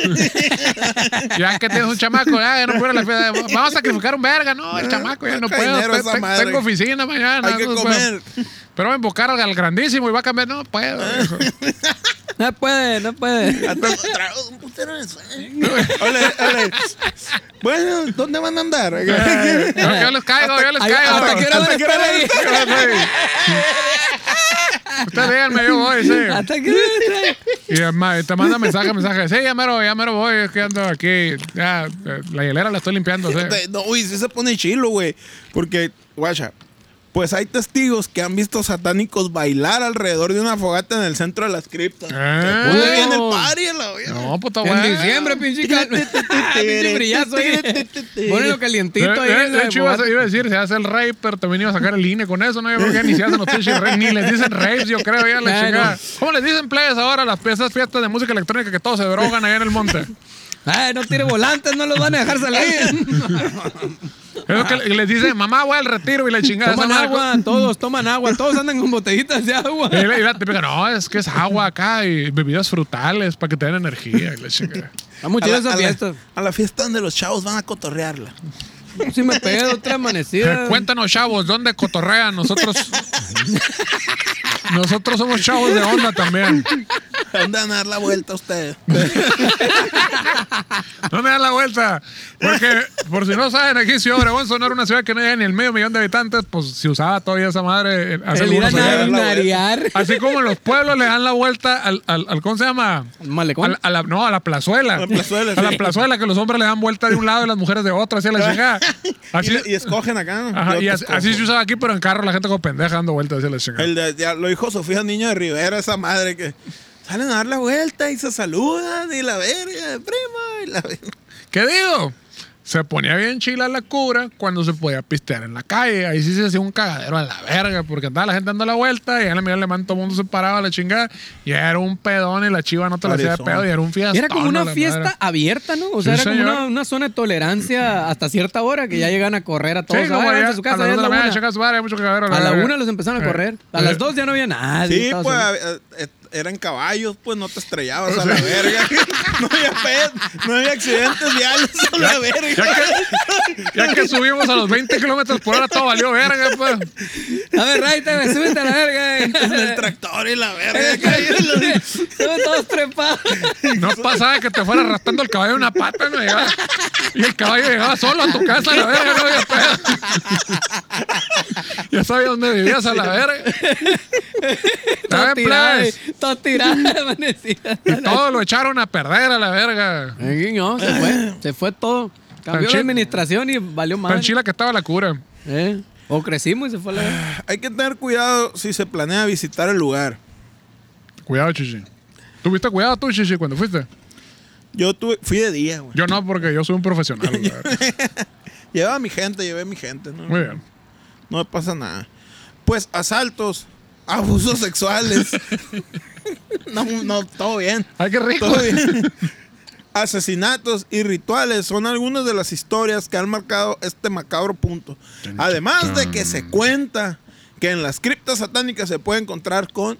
S2: ya que tienes un chamaco, ya, ya no puedo ir a la fiesta. Vamos a sacrificar un verga, no, el chamaco ya no
S4: Saca
S2: puedo.
S4: dinero
S2: te-
S4: esa
S2: te-
S4: madre.
S2: tengo oficina mañana.
S4: hay que
S2: no puedo.
S4: comer. Ah.
S2: Pero voy a invocar al, al grandísimo y va a cambiar. No puedo. viejo.
S3: No puede, no puede.
S4: Hasta los tragos, un putero de sueño. Ole, ole. Bueno, ¿dónde van a andar?
S2: Eh, no, yo les caigo, yo les
S3: Ay,
S2: caigo.
S3: ¿Hasta qué hora van a
S4: ¿Hasta qué hora
S2: Yo les doy.
S3: estar ahí?
S4: van a
S2: Ustedes díganme, yo voy, sí.
S3: ¿Hasta qué hora van a estar ahí?
S2: Y es más, te manda mensaje, mensaje. Sí, ya mero, ya mero voy, es que ando aquí. Ya, eh, la hielera la estoy limpiando, sí.
S4: Te- No, uy, sí se pone chilo, güey. Porque, guacha, pues hay testigos que han visto satánicos bailar alrededor de una fogata en el centro de las criptas.
S2: Ah.
S4: Muy bien el party, la verga.
S2: No, puta
S3: En
S2: güey.
S3: diciembre, pinche cal- Ah, pinche brillazo ahí. Ponelo calientito ahí. eh,
S2: De,
S3: en la
S2: de hecho, iba a,
S3: fogata.
S2: iba a decir, se hace el rape, pero también iba a sacar el INE con eso, ¿no? Yo creo que ya ni se hacen los pinches rapes, ni les dicen rapes, yo creo, ya la
S3: Claro.
S2: chingada. ¿Cómo les dicen playas ahora a las piezas fiestas de música electrónica que todos se drogan allá en el monte?
S3: Ay, no tire volantes, no los van a dejar salir.
S2: Eso que les dicen, mamá, voy al retiro y la chingada.
S3: Toman
S2: esa madre,
S3: agua, todos toman agua, todos andan con botellitas de agua.
S2: Y la, y la típica, no, es que es agua acá y bebidas frutales para que te den energía y la chingada.
S3: Está muy
S4: A
S3: chida
S4: la,
S3: esa
S4: a la-
S3: fiesta.
S4: a la fiesta donde los chavos van a cotorrearla.
S3: Sí me pegué de otra
S2: Eh,
S3: amanecida.
S2: cuéntanos, chavos, ¿dónde cotorrean? Nosotros. Nosotros somos chavos de onda también.
S4: ¿Dónde van a dar la vuelta ustedes?
S2: No me dan la vuelta. Porque, por si no saben, aquí Ciudad Obregón, Sonora, una ciudad que no llega ni el medio millón de habitantes, pues si usaba todavía esa madre eh, hace
S3: El ir a
S2: algunos años.
S4: dar la
S3: narear.
S2: Así como en los pueblos le dan la vuelta al, al, al- ¿cómo se llama?
S3: Malecón.
S2: A la- a la- no, a la plazuela.
S4: A la plazuela,
S2: A la
S4: sí.
S2: plazuela, que los hombres le dan vuelta de un lado y las mujeres de otro, así a la chingada. Así,
S4: y, y escogen acá.
S2: ajá,
S4: Yo
S2: y
S4: te
S2: así, así se
S4: escojo.
S2: usaba aquí, pero en carro la gente como pendeja dando vueltas así a la chingada.
S4: El de- ya lo dijo Sofía Niño de Rivera, esa madre que salen a dar la vuelta y se saludan y la verga, prima, y la verga.
S2: ¿Qué digo? Se ponía bien chila la cura cuando se podía pistear en la calle. Ahí sí se hacía un cagadero a la verga, porque andaba la gente dando la vuelta y en la mirada le man todo el mundo se paraba a la chingada. Y era un pedón y la chiva no te lo hacía de
S4: Arizona.
S2: pedo y era un fiesta.
S3: Era como una fiesta abierta, ¿no? O sea,
S2: Sí,
S3: era como
S2: señor.
S3: una, una zona de tolerancia hasta cierta hora que ya llegan a correr a todos.
S2: Sí,
S3: Ah,
S2: como
S3: váyanse
S2: allá,
S3: a su casa,
S2: a
S3: ya
S2: las
S3: es
S2: dos de
S3: la
S2: la mañana,
S3: una.
S2: chicas, madre, hay mucho cagadero.
S3: A la
S2: verga.
S3: una los empezaron a
S2: Eh,
S3: correr. A
S2: eh,
S3: las dos ya no había nadie.
S4: Sí,
S3: estaba
S4: pues
S3: solo.
S4: a- a- eran caballos, pues no te estrellabas a la verga. No había pedo, no había accidentes viales a la verga.
S2: Ya que subimos a los 20 kilómetros por hora, todo valió verga, pues.
S3: A ver, Raita, súbete a la verga. eh.
S4: En el tractor y la verga.
S3: Estaban todos trepados.
S2: No pasaba que te fuera arrastrando el caballo de una pata, no llegaba. Y el caballo llegaba solo a tu casa, a la verga, no había pedo. Ya sabía dónde vivías, a la verga. Estaba
S3: Todos
S2: en
S3: tirados.
S2: planes.
S3: Todos tirados, amanecidas.
S2: pues. Y todo lo echaron a perder, a la verga.
S3: Ay, No, se fue. Se fue todo. Cambió
S2: chi-
S3: la administración y valió
S2: Tan
S3: más.
S2: chila que estaba la cura.
S3: O crecimos y se fue a la verga.
S4: Hay que tener cuidado si se planea visitar el lugar.
S2: Cuidado, Chichi. ¿Tuviste cuidado tú, Chichi, cuando fuiste?
S4: Yo tuve, fui de día, güey.
S2: Yo no, porque yo soy un profesional. la verga.
S4: Llevaba a mi gente, llevé a mi gente. ¿no?
S2: Muy bien.
S4: No me pasa nada. Pues asaltos, abusos sexuales. no, no, todo bien.
S2: Ay, qué rico.
S4: Todo bien. Asesinatos y rituales son algunas de las historias que han marcado este macabro punto. Además de que se cuenta que en las criptas satánicas se puede encontrar con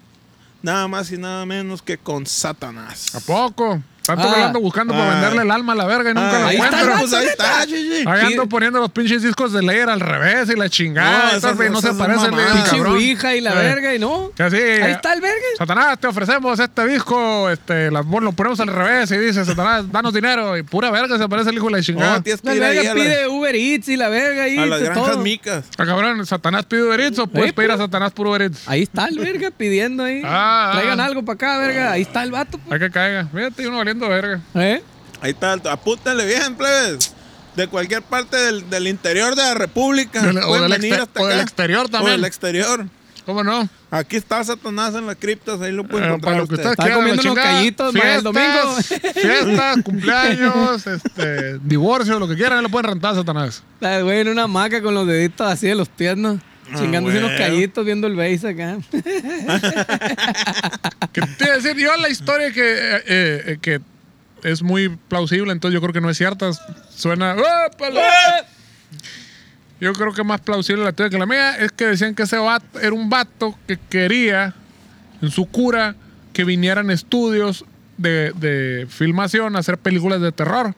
S4: nada más y nada menos que con Satanás.
S2: ¿A poco? Tanto que
S3: Ah.
S2: lo ando buscando por
S4: Ah.
S2: venderle el alma a la verga y nunca lo
S4: ahí
S2: encuentro.
S4: está,
S3: encuentro.
S4: pues ahí está, Gigi.
S2: Ahí ando
S3: Sí.
S2: poniendo los pinches discos de Layer al revés y la chingada.
S4: No,
S2: No,
S4: esas-
S2: no
S4: esas
S2: se
S4: son
S2: parece el
S4: mamadas.
S2: Layer,
S4: Pinche
S2: cabrón.
S3: Ouija y la
S2: Eh,
S3: verga y no.
S2: que así,
S3: Ahí
S2: eh,
S3: está el verga.
S2: Satanás, te ofrecemos este disco, este, la- lo ponemos al revés y dice, Satanás, danos dinero. Y pura verga se aparece el hijo de la chingada.
S4: No, tienes que
S3: La
S4: ir ahí
S3: verga
S4: a, la-
S3: pide Uber Eats y la verga ahí.
S4: a las
S3: de
S4: granjas
S3: todo.
S4: micas.
S2: Ah, cabrón, Satanás pide Uber Eats o puedes
S3: Eh,
S2: pedir a Satanás por Uber Eats.
S3: Ahí está el verga pidiendo ahí.
S2: Ah,
S3: Traigan
S2: ah.
S3: algo para acá, verga. Ahí está el vato. pues.
S2: Hay que caiga. Fíjate, uno valiendo verga.
S3: ¿Eh?
S4: Ahí está, apúntenle bien, plebes. De cualquier parte del, del interior de la República.
S2: Del- o
S4: pueden
S2: del
S4: venir
S2: exte-
S4: hasta
S2: o del
S4: acá.
S2: exterior
S4: O
S2: también.
S4: del exterior.
S2: ¿Cómo no?
S4: Aquí está Satanás en las criptas, ahí lo pueden
S2: Eh,
S4: encontrar.
S2: para lo que ustedes
S4: ustedes.
S3: Está
S2: quieran,
S3: comiendo
S2: la
S3: unos
S2: chingada.
S3: callitos para el domingo.
S2: Fiestas, cumpleaños, este, divorcio, lo que quieran, ahí lo pueden rentar a Satanás.
S3: La güey en una hamaca con los deditos así de los piernas.
S4: Ah,
S3: Chingándose unos
S4: güey. Pues
S3: callitos viendo el base acá.
S2: Que te iba a decir, yo la historia que, eh, eh, que es muy plausible, entonces yo creo que no es cierta. Suena. ¡Ópale! Yo creo que más plausible la historia que la mía es que decían que ese vato era un vato que quería en su cura que vinieran estudios de, de filmación a hacer películas de terror.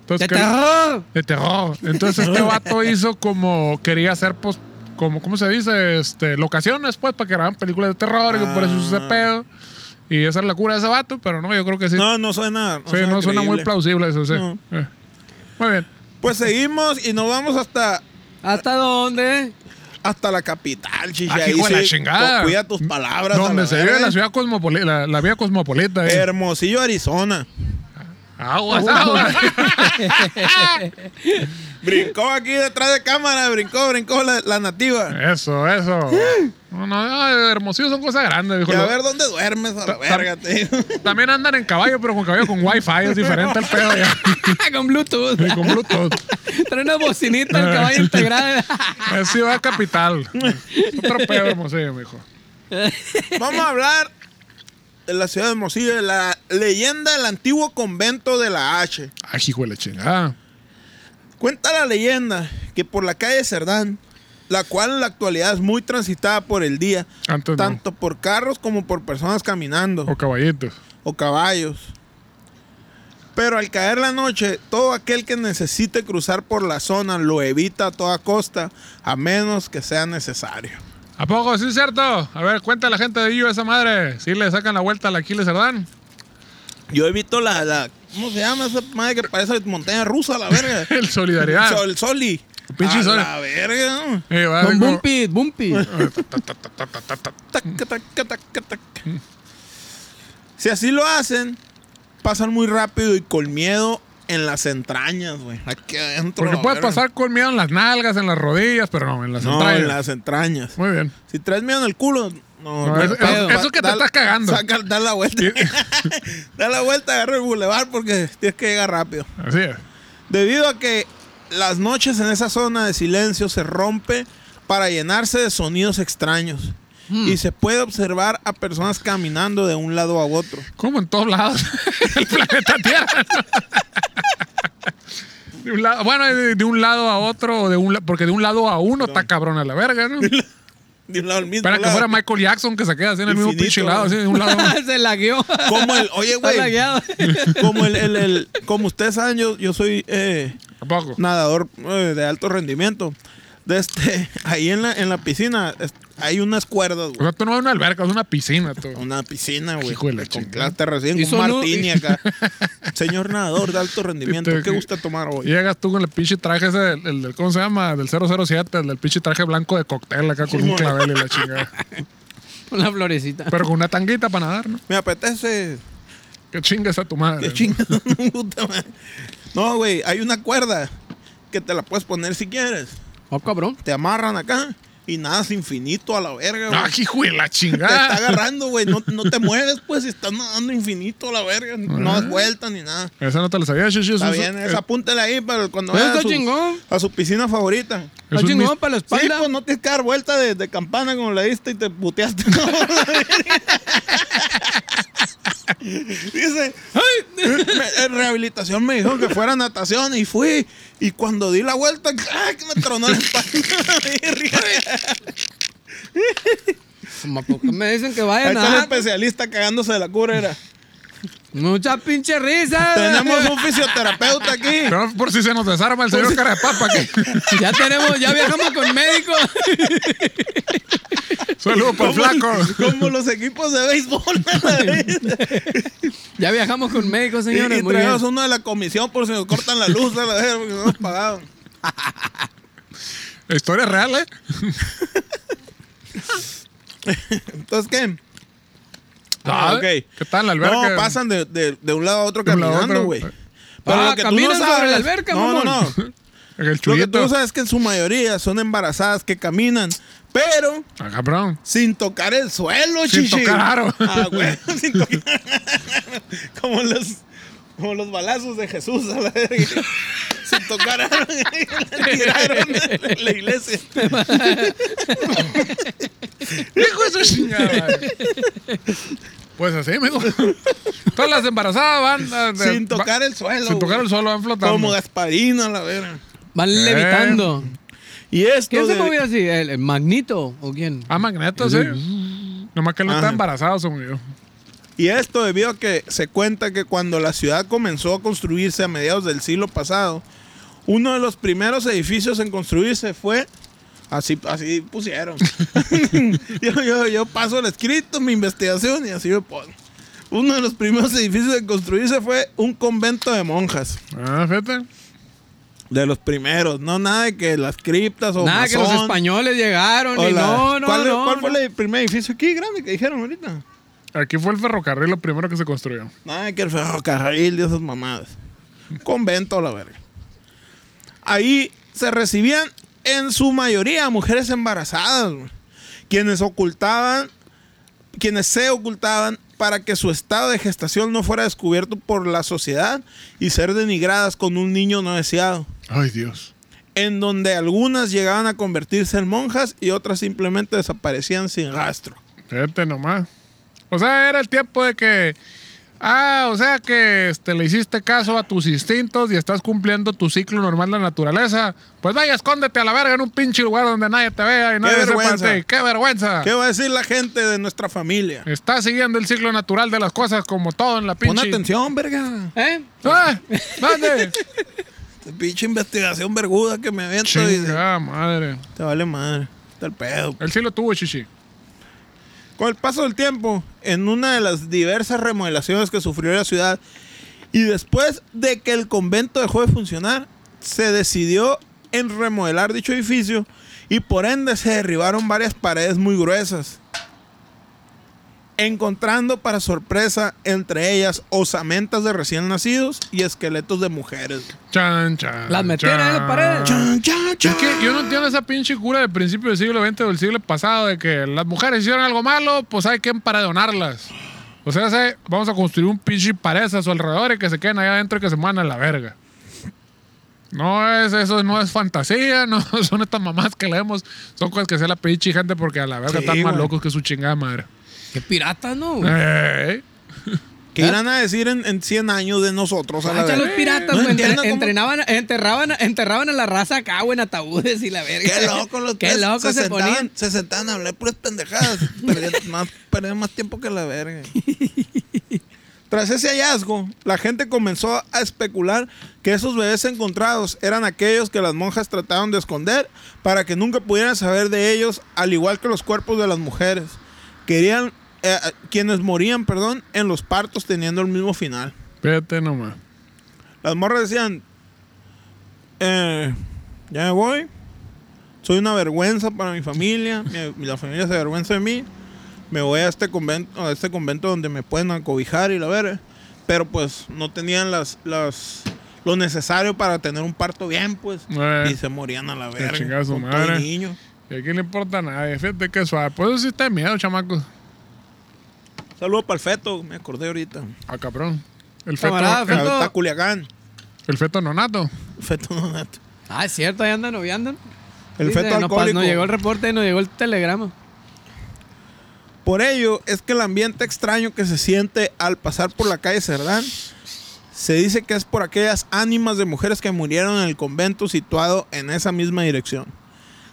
S2: Entonces,
S3: ¡De
S2: que-
S3: terror!
S2: de terror. Entonces este vato hizo como quería hacer pues como cómo se dice, este locaciones pues para que grabaran películas de terror y que por eso hizo ese
S4: Ah.
S2: pedo. Y esa es la cura de ese vato, pero no, yo creo que sí.
S4: No, no suena.
S2: sí, no suena muy
S4: creíble.
S2: plausible eso, sí.
S4: No.
S2: Eh. Muy bien.
S4: Pues seguimos y nos vamos hasta,
S3: ¿Hasta dónde?
S4: hasta la capital, chichi.
S2: Ah,
S4: Ahí
S2: hijo de la
S4: sí,
S2: chingada.
S4: cu- Cuida tus palabras. a
S2: Donde se
S4: verga.
S2: vive la ciudad cosmopolita, la, la vida cosmopolita. eh.
S4: Hermosillo, Arizona. uh.
S2: Aguas, aguas.
S4: Brincó aquí detrás de cámara, brincó, brincó la, la
S2: Eh,
S4: nativa.
S2: Eso, eso. No, no, ay, hermosillo son cosas grandes, dijo.
S4: Y a
S2: Lo-
S4: ver dónde duermes a la verga, te digo.
S2: También andan en caballo, pero con caballo con wifi, es diferente el pedo ya.
S3: con Bluetooth.
S2: Y con Bluetooth.
S3: Trae una bocinita al caballo integrada.
S2: Es ciudad capital. Es Otro pedo hermosillo, mijo.
S4: Vamos a hablar de la ciudad de Hermosillo, de la leyenda del antiguo convento de la H.
S2: Ay, Ah, hijo de la chingada.
S4: Cuenta la leyenda que por la calle Cerdán, la cual en la actualidad es muy transitada por el día,
S2: Antes no.
S4: tanto por carros como por personas caminando
S2: O caballitos.
S4: o caballos. Pero al caer la noche, todo aquel que necesite cruzar por la zona lo evita a toda costa, a menos que sea necesario.
S2: ¿A poco? Sí, es cierto. A ver, cuenta la gente de ello esa madre. Si le sacan la vuelta al Aquiles Cerdán.
S4: Yo he visto la, la- ¿Cómo se llama esa madre que parece montaña rusa, la verga?
S2: El Solidaridad.
S4: Sol- El Soli.
S2: Pinche
S4: A
S2: Soli.
S4: La verga, ¿no?
S2: Eh, va a
S3: Con
S2: ser como-
S3: Bumpy, Bumpy.
S4: Tac, tac, tac, tac, tac. Si así lo hacen, pasan muy rápido y con miedo en las entrañas, güey. Aquí adentro.
S2: Porque
S4: la
S2: puedes
S4: verga.
S2: pasar con miedo en las nalgas, en las rodillas, pero no, en las
S4: No,
S2: entrañas.
S4: en las entrañas.
S2: Muy bien.
S4: Si traes miedo en el culo, no.
S2: No,
S4: no,
S2: eso-
S4: pa-
S2: eso que te
S4: da-
S2: estás cagando.
S4: saca- da la vuelta. da la vuelta, agarra el bulevar porque tienes que llegar rápido.
S2: Así es.
S4: Debido a que las noches en esa zona de silencio se rompe para llenarse de sonidos extraños. Y se puede observar a personas caminando de un lado a otro.
S2: Como en todos lados. el planeta Tierra. De un lado- bueno, de, de un lado a otro, o de un la- porque de un lado a uno está cabrón a la verga, ¿no?
S4: De un lado al mismo
S2: Para que
S4: lado.
S2: fuera Michael Jackson que se queda así en el mismo
S4: Infinito,
S2: pinche lado,
S4: ¿no?
S2: así de un lado. a
S3: Se lagueó.
S4: Como el, oye,
S3: Está
S4: Ah. güey.
S3: lagueado.
S4: Como el, el- el- como ustedes saben, yo, yo soy eh,
S2: poco.
S4: nadador eh, de alto rendimiento. De este, ahí en la, en la piscina es- hay unas cuerdas,
S2: O
S4: güey.
S2: sea, tú no es una alberca, es una piscina, tú.
S4: Una piscina, güey.
S2: Hijo de la
S4: Con
S2: chingada.
S4: clase recién,
S3: Y
S4: con
S3: son un-
S4: martini acá. Señor nadador de alto rendimiento,
S2: Te-
S4: ¿qué gusta tomar hoy?
S2: Llegas tú con el pinche traje ese, del, el del- ¿cómo se llama? Del 007, el del pinche traje blanco de cóctel acá con un
S4: Simón.
S2: clavel y la chingada.
S3: Con la florecita.
S2: Pero con una tanguita para nadar, ¿no?
S4: Me apetece.
S2: Que chingas a tu madre.
S4: Qué chingado, no me gusta, man. No, güey, hay una cuerda que te la puedes poner si quieres.
S3: Oh, cabrón.
S4: Te amarran acá y nadas infinito a la verga, güey.
S2: Ah, hijo de la
S4: te está
S2: chingada.
S4: agarrando, güey. No, no te mueves, pues, y estás nadando infinito a la verga. No das vueltas ni nada.
S2: Esa no te la sabía,
S3: Pues
S2: Shishi. Es
S4: Está
S2: un-
S4: bien,
S2: eh,
S4: esa apúntale ahí para cuando
S3: Pero
S4: vayas a
S3: Pues está
S4: su,
S3: chingón.
S4: a su piscina favorita.
S2: es
S3: Está
S2: un
S3: chingón
S2: mis-
S3: para la
S4: Sí,
S3: espalda.
S4: pues no tienes que dar vuelta de, de campana como le diste y te puteaste. Dice,
S3: ¡Ay!
S4: me- en rehabilitación me dijo que fuera a natación y fui. Y cuando di la vuelta, ¡ay, que me tronó la espalda.
S3: Como ¿por qué me dicen que
S4: Ahí
S3: vayan
S4: está el
S3: a nadar?
S4: especialista cagándose de la cura. era.
S3: Mucha pinche risa.
S4: Tenemos un fisioterapeuta aquí.
S2: Pero por si se nos desarma el señor cara de papa. que-
S3: Ya tenemos, ya viajamos con médicos.
S2: Saludos para el pues, flaco.
S4: Como los equipos de béisbol.
S3: Ya viajamos con médicos,
S4: y
S3: señores.
S4: y
S3: Muy bien.
S4: traemos uno de la comisión por si nos cortan la luz. a la verga, porque no nos pagaron.
S2: Historia real, ¿eh?
S4: Entonces, ¿qué?
S2: Ah,
S4: ok.
S2: ¿Qué tal la alberca?
S4: No, pasan de, de- de un lado a otro
S2: De un lado a
S4: caminando,
S2: otro.
S4: güey.
S3: Ah, caminan sobre la alberca,
S4: no, no, no.
S3: mamón.
S2: El
S4: Lo que
S2: chuyito.
S4: tú no sabes es que en su mayoría son embarazadas que caminan, pero
S2: Ah, cabrón.
S4: sin tocar el suelo,
S2: Sin
S4: chichi.
S2: tocar aro.
S4: Ah, güey, sin tocar. como los... Como los balazos de Jesús a la verga. Sin tocar aro. Tiraron en la iglesia.
S2: Hijo de su chingada. Pues así, amigo. Todas las embarazadas van. eh, de-
S4: Sin tocar el suelo.
S2: Sin tocar
S4: güey.
S2: el suelo, van flotando.
S4: Como Gasparino a la verga.
S3: Van
S2: Eh.
S3: levitando.
S4: Y esto.
S3: ¿Quién se
S4: de-
S3: movía así? ¿El, el Magnito o quién?
S2: Ah, Magneto, sí. Nomás que él no está
S4: Ajá.
S2: embarazado, se murió.
S4: Y esto debido a que se cuenta que cuando la ciudad comenzó a construirse a mediados del siglo pasado, uno de los primeros edificios en construirse fue. Así, así pusieron. yo, yo, yo paso el escrito, mi investigación y así me pongo. Uno de los primeros edificios en construirse fue un convento de monjas.
S2: Ah, fíjate.
S4: De los primeros, no nada de que las criptas o
S3: Nada, que los
S4: masón,
S3: españoles llegaron
S4: o
S3: y
S4: la-
S3: no, no,
S4: ¿Cuál,
S3: no.
S4: cuál
S3: no.
S4: fue el primer edificio aquí grande que dijeron ahorita?
S2: Aquí fue el ferrocarril lo primero que se construyó.
S4: Nada que el ferrocarril de esas mamadas. Convento, a la verga. Ahí se recibían en su mayoría mujeres embarazadas, güey, quienes ocultaban, quienes se ocultaban para que su estado de gestación no fuera descubierto por la sociedad y ser denigradas con un niño no deseado,
S2: Ay, Dios.
S4: en donde algunas llegaban a convertirse en monjas y otras simplemente desaparecían sin rastro.
S2: Fíjate nomás. O sea, era el tiempo de que. Ah, o sea que este, le hiciste caso a tus instintos y estás cumpliendo tu ciclo normal de la naturaleza. Pues vaya, escóndete a la verga en un pinche lugar donde nadie te vea y nadie sepa de
S4: vergüenza.
S2: ti. ¡Qué vergüenza!
S4: ¿Qué va a decir la gente de nuestra familia?
S2: Está siguiendo el ciclo natural de las cosas como todo en la
S4: Pon
S2: pinche.
S4: atención, verga.
S3: ¿Eh?
S2: ¡Ah! ¿Dónde?
S4: Pinche investigación verguda que me aviento y
S2: Chinga madre.
S4: te vale madre. Está el pedo.
S2: Él sí lo tuvo, chichi.
S4: Con el paso del tiempo, en una de las diversas remodelaciones que sufrió la ciudad, y después de que el convento dejó de funcionar, se decidió en remodelar dicho edificio y por ende se derribaron varias paredes muy gruesas, encontrando para sorpresa entre ellas osamentas de recién nacidos y esqueletos de mujeres.
S2: Chan, chan.
S3: Las metieron
S2: chan.
S3: en la pared.
S4: Chan, chan,
S2: Ah. Es
S4: chan.
S2: que yo no entiendo esa pinche cura del principio del siglo XX o del siglo pasado de que las mujeres hicieron algo malo, pues hay que empadronarlas. O sea, se- vamos a construir un pinche pared a su alrededor y que se queden ahí adentro y que se muevan a la verga. No es eso, no es fantasía, no son estas mamás que leemos, son cosas que hace la pinche gente porque a la verga
S4: Sí,
S2: están más
S4: güey.
S2: locos que su chingada madre.
S3: Qué pirata, ¿no?
S4: Eh,
S3: güey?
S2: Ey.
S4: ¿Qué irán a decir en, en 100 años de nosotros? A la
S3: Guacha,
S4: verga?
S3: Ah, los piratas,
S4: No
S3: güey, entre-
S4: entiendo cómo-
S3: entrenaban, enterraban, enterraban a la raza acá, güey, en ataúdes y la verga.
S4: Qué loco los
S3: Qué
S4: tres,
S3: loco se,
S4: sentaban,
S3: ponían.
S4: Se sentaban a hablar puras pendejadas. Perdían más, perdían más tiempo que la verga. Tras ese hallazgo, la gente comenzó a especular que esos bebés encontrados eran aquellos que las monjas trataron de esconder para que nunca pudieran saber de ellos, al igual que los cuerpos de las mujeres. Querían, eh, eh, quienes morían, perdón, en los partos teniendo el mismo final.
S2: Fíjate nomás.
S4: Las morras decían, eh, ya me voy, soy una vergüenza para mi familia, mi, la familia se avergüenza de mí, me voy a este convento, a este convento donde me pueden acobijar y la ver, pero pues no tenían las, las, lo necesario para tener un parto bien, pues,
S2: Eh.
S4: y se morían a la
S2: chingada
S4: verga
S2: su
S4: con todo
S2: madre.
S4: el niño.
S2: Y aquí no importa nada, fíjate que suave. Pues eso sí está de miedo, chamacos.
S4: Saludo para el feto, me acordé ahorita.
S2: Ah, cabrón. El feto,
S3: Camarada,
S2: el-
S3: Feto.
S4: Está Culiacán,
S2: el feto nonato.
S4: feto nonato.
S3: Ah, es cierto, ahí andan noviando.
S4: El
S3: Dice,
S4: feto
S3: no, pas-
S4: alcohólico.
S3: No llegó el reporte, no llegó el telegrama.
S4: Por ello es que el ambiente extraño que se siente al pasar por la calle Cerdán se dice que es por aquellas ánimas de mujeres que murieron en el convento situado en esa misma dirección.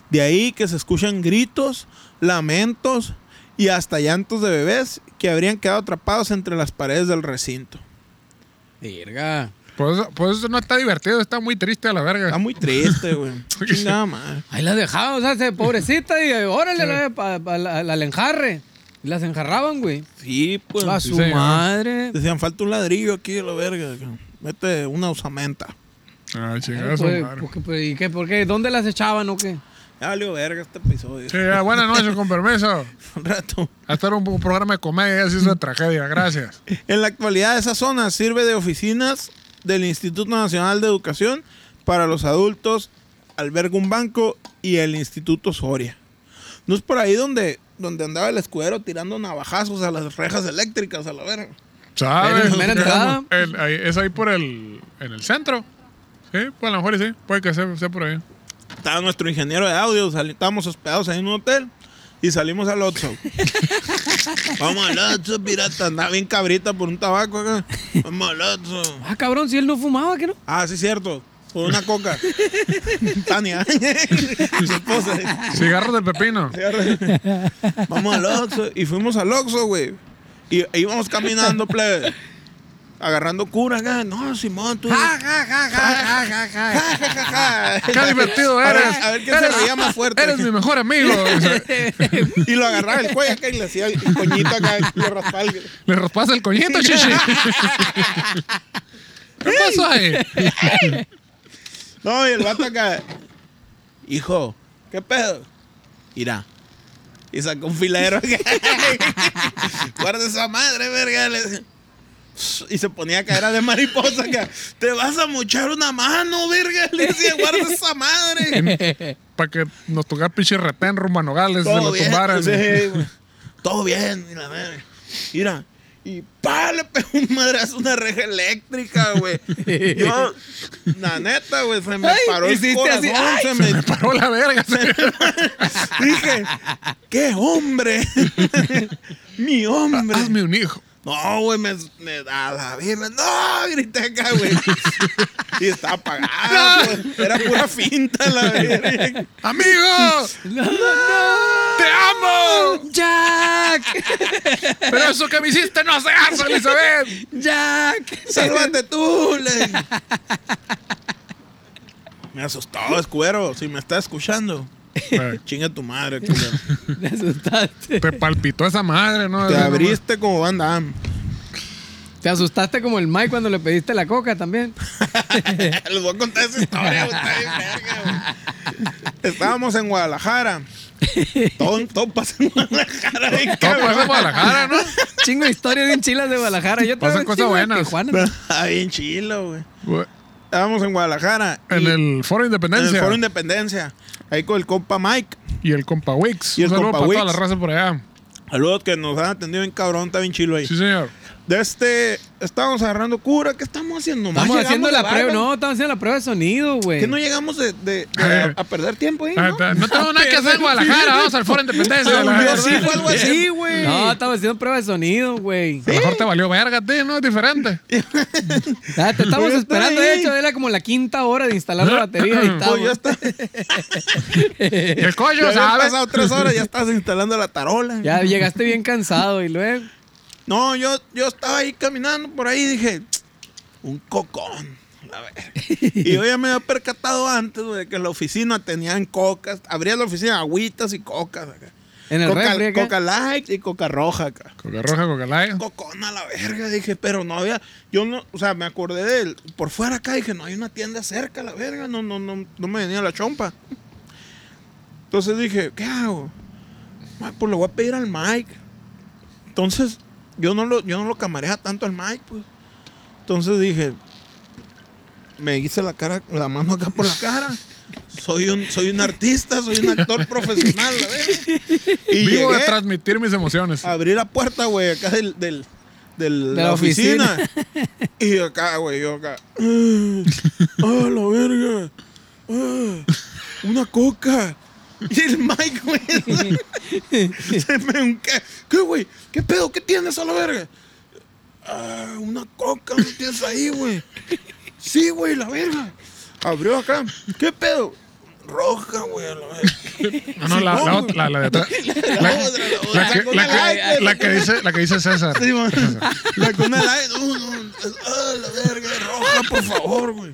S4: De ahí que se escuchan gritos, lamentos y hasta llantos de bebés que habrían quedado atrapados entre las paredes del recinto.
S3: Verga.
S2: Pues, eso- pues eso no está divertido, está muy triste a la
S4: Está
S2: verga.
S4: muy triste, güey. Chingada madre.
S3: Ahí las dejaban, o sea, se- pobrecita, y eh, órale, la, pa- pa- la- la- la enjarre. Y las enjarraban, güey.
S4: Sí, pues.
S3: A
S2: sí,
S3: su
S2: señor.
S3: madre.
S4: Decían, falta un ladrillo aquí de la verga. cabrón. Mete una usamenta.
S2: Ah, chingada
S3: Pues,
S2: su
S3: pues,
S2: madre.
S3: ¿por qué- pues, ¿Y qué? ¿Por qué? ¿Dónde las echaban o qué?
S4: Ya valió verga este episodio.
S2: Sí, ya, buenas noches, con permiso.
S4: Un rato.
S2: Hasta era un un programa de comedia, ya se hizo de tragedia, gracias.
S4: En la actualidad esa zona sirve de oficinas del Instituto Nacional de Educación para los adultos, alberga un banco y el Instituto Soria. No es por ahí donde, donde andaba el escudero tirando navajazos a las rejas eléctricas, a la verga.
S2: ¿Sabes?
S3: Mera- mera entrada.
S2: El- ahí- es ahí por el, en el centro. Sí, pues a lo mejor y sí, puede que sea, sea por ahí.
S4: Estaba nuestro ingeniero de audio, sali- estábamos hospedados ahí en un hotel y salimos al Otso. Vamos al Otso, pirata, andaba bien cabrita por un tabaco acá. Vamos al Otso.
S3: Ah, cabrón, si él no fumaba, ¿qué no?
S4: Ah, sí, cierto. Por una coca. Tania. Su esposa.
S2: Cigarros de pepino.
S4: Vamos al Oxxo. Y fuimos al Oxxo, güey. Y e íbamos caminando, plebe. Agarrando cura acá. No, Simón, tú. Ja,
S3: ja, ja, ja, ja, ja, ja.
S4: ja, ja, ja.
S2: Qué divertido
S4: A ver,
S2: eres.
S4: A ver quién se
S2: Eres-
S4: reía más fuerte.
S2: Eres mi mejor amigo. O sea,
S4: Y lo agarraba el cuello acá y le hacía el coñito acá. y Le raspaba el...
S2: Le raspas el coñito, chichi. ¿Qué pasó ahí?
S4: No, y el vato acá. Hijo, ¿qué pedo? Irá. Y sacó un filadero acá. Guarda esa madre, verga. le decía. Y se ponía a caer de mariposa acá. Te vas a mochar una mano, verga. Le decía, guarda esa madre.
S2: Para que nos tocara pinche retén rumbo a Nogales, se lo
S4: bien.
S2: tumbaran.
S4: Sí, güey. Todo bien, y la verga. Mira. Y pa, le pegó un madrazo una reja eléctrica, güey. Yo, la neta, güey, se me
S3: Ay,
S4: paró el
S3: hiciste
S4: corazón.
S3: así, ay.
S4: se me
S2: Paró la verga.
S4: Dije, ¡qué hombre! ¡Mi hombre!
S2: Ah, Hazme un hijo.
S4: No, güey, me, me a la verga. ¡No! Grité acá, güey. Y estaba apagada, güey. Era pura finta la verga.
S2: ¡Amigo!
S3: No, no.
S2: ¡Te amo!
S3: Jack,
S2: Pero eso que me hiciste no se hace, Elizabeth.
S3: Jack.
S4: ¡Sálvate tú! le dije. Me asustó, escuero. Si me está escuchando,
S2: Eh,
S4: Chinga tu madre, culero.
S3: Me asustaste.
S2: Te palpitó esa madre, ¿no?
S4: Te
S2: Así,
S4: abriste como Van Damme.
S3: Te asustaste como el Mike cuando le pediste la coca también.
S4: Les voy a contar esa historia, güey, está bien verga, güey. Estábamos en Guadalajara. Todo, todo pasa en Guadalajara. bien
S2: Todo pasa en
S4: cabrón.
S2: Guadalajara, ¿no?
S3: Chingo de historia de enchilas de Guadalajara. Yo
S2: Pasan
S3: también
S2: cosas
S3: chingo de
S2: buenas.
S3: Tijuana.
S4: Está Ah, bien chilo, güey.
S2: Güey,
S4: Estábamos en Guadalajara. y-
S2: En el Foro
S4: en
S2: Independencia.
S4: el Foro Independencia. Ahí con el compa Mike.
S2: Y el compa Wix.
S4: Y el
S2: Un saludo
S4: compa
S2: para toda la
S4: Wix.
S2: raza por allá.
S4: Saludos que nos han atendido bien cabrón, está bien chilo ahí.
S2: Sí, señor.
S4: De este, estábamos agarrando cura. ¿Qué estamos haciendo? Nomás
S3: Estamos
S4: llegamos
S3: haciendo
S4: de
S3: la prueba.
S4: barba.
S3: No, estamos haciendo la prueba de sonido, güey.
S4: ¿Qué no llegamos de, de- de- a perder tiempo ahí?
S2: Ah,
S4: ¿no?
S2: está. No tengo nada que hacer en Guadalajara. Vamos al Foro Independencia.
S4: Ah,
S2: la
S4: un día
S2: verdad.
S4: sí fue algo así, güey.
S3: No, estamos haciendo prueba de sonido, güey.
S2: A lo mejor te valió verga, a ti, ¿no? Es diferente.
S3: Ah, te estamos
S4: Yo estoy
S3: esperando,
S4: Pues ahí.
S3: de hecho, era como la quinta hora de instalar la batería y
S4: Pues ya
S3: estamos.
S4: está.
S2: Y el
S4: Ya
S2: coño,
S4: habían
S2: ¿sabes?
S4: pasado tres horas, ya estás instalando la tarola.
S3: Ya llegaste bien cansado y luego.
S4: No, yo, yo estaba ahí caminando por ahí y dije, un cocón. A ver. Y yo ya me había percatado antes güey, de que en la oficina tenían cocas. Abría la oficina agüitas y cocas. Acá.
S3: En el
S4: coca,
S3: refri acá.
S4: coca light y coca roja acá.
S2: Coca roja, coca light.
S4: Cocón a la verga, dije, pero no había. Yo no, o sea, me acordé de él. Por fuera acá dije, no hay una tienda cerca, la verga. No, no, no, no me venía la chompa. Entonces dije, ¿qué hago? Ah, pues le voy a pedir al Mike. Entonces, yo no lo, yo no lo camareja tanto al Mike, pues. Entonces dije, me hice la cara, la mano acá por la cara. Soy un, soy un artista, soy un actor profesional, la verga. Y
S2: Vivo de
S4: llegué-
S2: transmitir mis emociones.
S4: abrí la puerta, güey, acá del, del,
S3: De
S4: del- la,
S3: la
S4: oficina.
S3: oficina.
S4: y yo acá, güey, yo acá. ¡Ah, ah, la verga! Ah, ¡Una coca! Y el Mike, güey. se me unca. ¿Qué, güey? ¿Qué pedo? ¿Qué tienes a la verga? Ah, una coca, ¿no tienes ahí, güey? Sí, güey, la verga. Abrió acá. ¿Qué pedo? Roja, güey, a la verga.
S2: No, no, la, la, otra, la, la de atrás.
S4: Oh. La otra, la otra. pues.
S2: La que, la que- la que dice, la que dice César.
S4: Sí, man. La cuna del aire. No, no. Ah, la verga, roja, por favor, güey.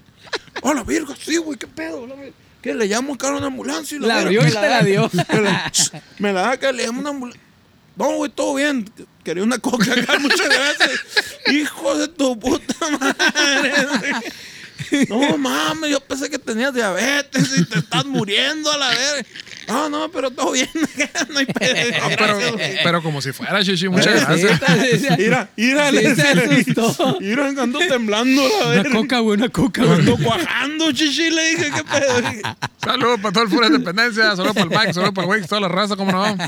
S4: Ah, la verga, sí, güey, qué pedo. La verga. ¿Qué? Le llamo acá a una ambulancia. y
S3: La
S4: verga,
S3: vio
S4: me
S3: y te la dio.
S4: Me la, me la da acá, le llamo a una ambulancia. No, güey, todo bien. Quería una coca acá, muchas gracias. Hijo de tu puta madre. güey. No mames, yo pensé que tenías diabetes y te estás muriendo a la verga. No, no, pero todo bien. No hay pedo.
S2: No,
S3: Ah,
S2: Ah, pero, pero como si fuera, Shishi, muchas
S3: Sí,
S2: gracias.
S3: está-
S4: Mira, mira,
S3: Sí,
S4: le
S3: se asustó.
S4: Mira, ando temblando, la
S3: Una
S4: verga.
S3: coca, güey, una coca, güey.
S4: Ando cuajando, chichi, le dije, qué pedo.
S2: Saludos para todo el Foro Independencia, saludos para el Mike, saludos para el Wix, toda la raza, cómo no. Ya,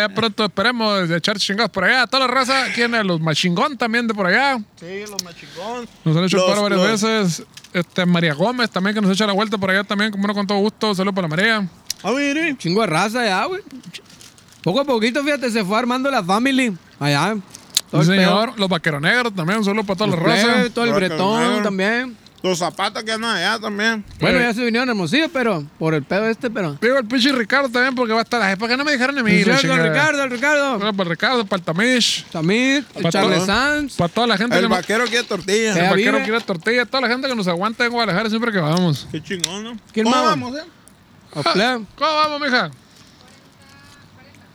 S2: ya pronto esperemos de echar chingados por allá. Toda la raza, aquí en el- los machingón también de por allá.
S4: Sí, los machicón.
S2: Nos han hecho el
S4: Los-
S2: paro varias
S4: los-
S2: veces. Este, María Gómez también que nos echa la vuelta por allá también, como no, con todo gusto. Saludos para la María.
S4: A ver, eh.
S3: Chingo de raza ya, güey. Poco a poquito, fíjate, se fue armando la family. Allá.
S2: Sí,
S3: el
S2: señor, los vaqueros negros también, un saludo para toda
S3: pedo.
S2: la
S3: Los
S2: raza.
S3: plebes, todo el
S4: Los carneros.
S3: bretón también.
S4: Los zapatos que andan allá también.
S3: Bueno,
S2: Eh.
S3: ya se vinieron hermosillos, pero por el pedo este, pero.
S2: Digo el pinche Ricardo también, porque va a estar. "Ay, ¿Por qué no me dejaron a mí? La
S3: Felicidades con
S2: chingada". Ah.
S3: Ricardo, el Ricardo.
S2: Saludos para el Ricardo, para el Tamish,
S3: Samir,
S2: Para
S3: Charles
S2: todo.
S3: Sanz.
S2: para toda la gente
S4: El
S2: que nos-
S4: vaquero quiere tortilla.
S3: Sí.
S2: El
S3: Ya
S2: vaquero
S3: vive.
S2: quiere tortilla, toda la gente que nos aguanta en Guadalajara siempre que vamos.
S4: Qué chingón, ¿no?
S3: ¿Quién
S4: ¿Cómo
S3: más?
S4: vamos, eh?
S3: los
S2: Ah,
S3: plebes.
S2: ¿Cómo vamos, mija?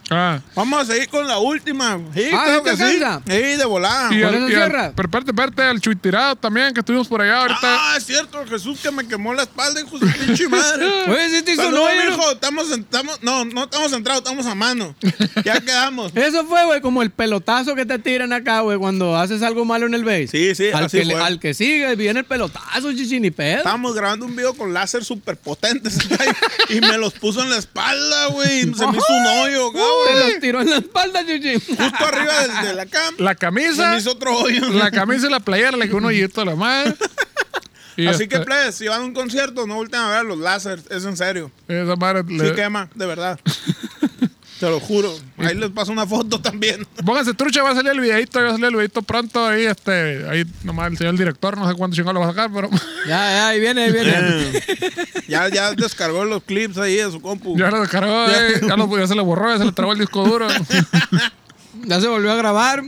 S2: Ah,
S4: Vamos a seguir con la última. Sí,
S3: Ah,
S4: creo
S3: ¿sí te
S4: que sí.
S3: alcanza?
S4: Sí, de volada. Ah,
S2: y
S3: ¿con
S2: al-
S3: eso
S2: y al-
S3: cierra?
S2: pero parte, parte, al Chuitirado también, que estuvimos por allá ahorita.
S4: Ah, es cierto, Jesús que me quemó la espalda, hijo de su pinche madre.
S3: Oye, sí te hizo
S4: Saludos,
S3: un hoyo.
S4: mijo, estamos, en- estamos, no, no estamos centrados, estamos a mano. Ya quedamos.
S3: Eso fue, güey, como el pelotazo que te tiran acá, güey, cuando haces algo malo en el base.
S4: Sí, sí,
S3: al
S4: así
S3: que, le-
S4: fue.
S3: al que sigue, viene el pelotazo, chichi, ni pedo.
S4: Estábamos grabando un video con láser súper potentes y me los puso en la espalda, güey. y Se me hizo un hoyo, acá,
S3: Te
S4: güey.
S3: los tiró en la espalda, chichi.
S4: Justo arriba del- de la cama.
S2: La
S4: Se
S2: camisa,
S4: me hizo otro hoyo.
S2: la camisa y la playera, le quedó un hoyito a la madre. Y
S4: Así que,
S2: este,
S4: plebes, si van a un concierto, no volteen a ver a los láseres. Es en serio.
S2: esa madre
S4: Sí
S2: le-
S4: quema, de verdad. Te lo juro. Ahí les paso una foto también.
S2: Pónganse trucha, va a salir el videito, va a salir el videito pronto. Ahí, este, ahí nomás el señor director, no sé cuánto chingado lo va a sacar, pero
S3: Ya, ya, ahí viene, ahí viene.
S4: Eh. Ya, ya descargó los clips ahí de su compu.
S2: ya lo descargó, eh, ya, lo- ya se le borró, ya se le trabó el disco duro.
S3: Ya se volvió a grabar.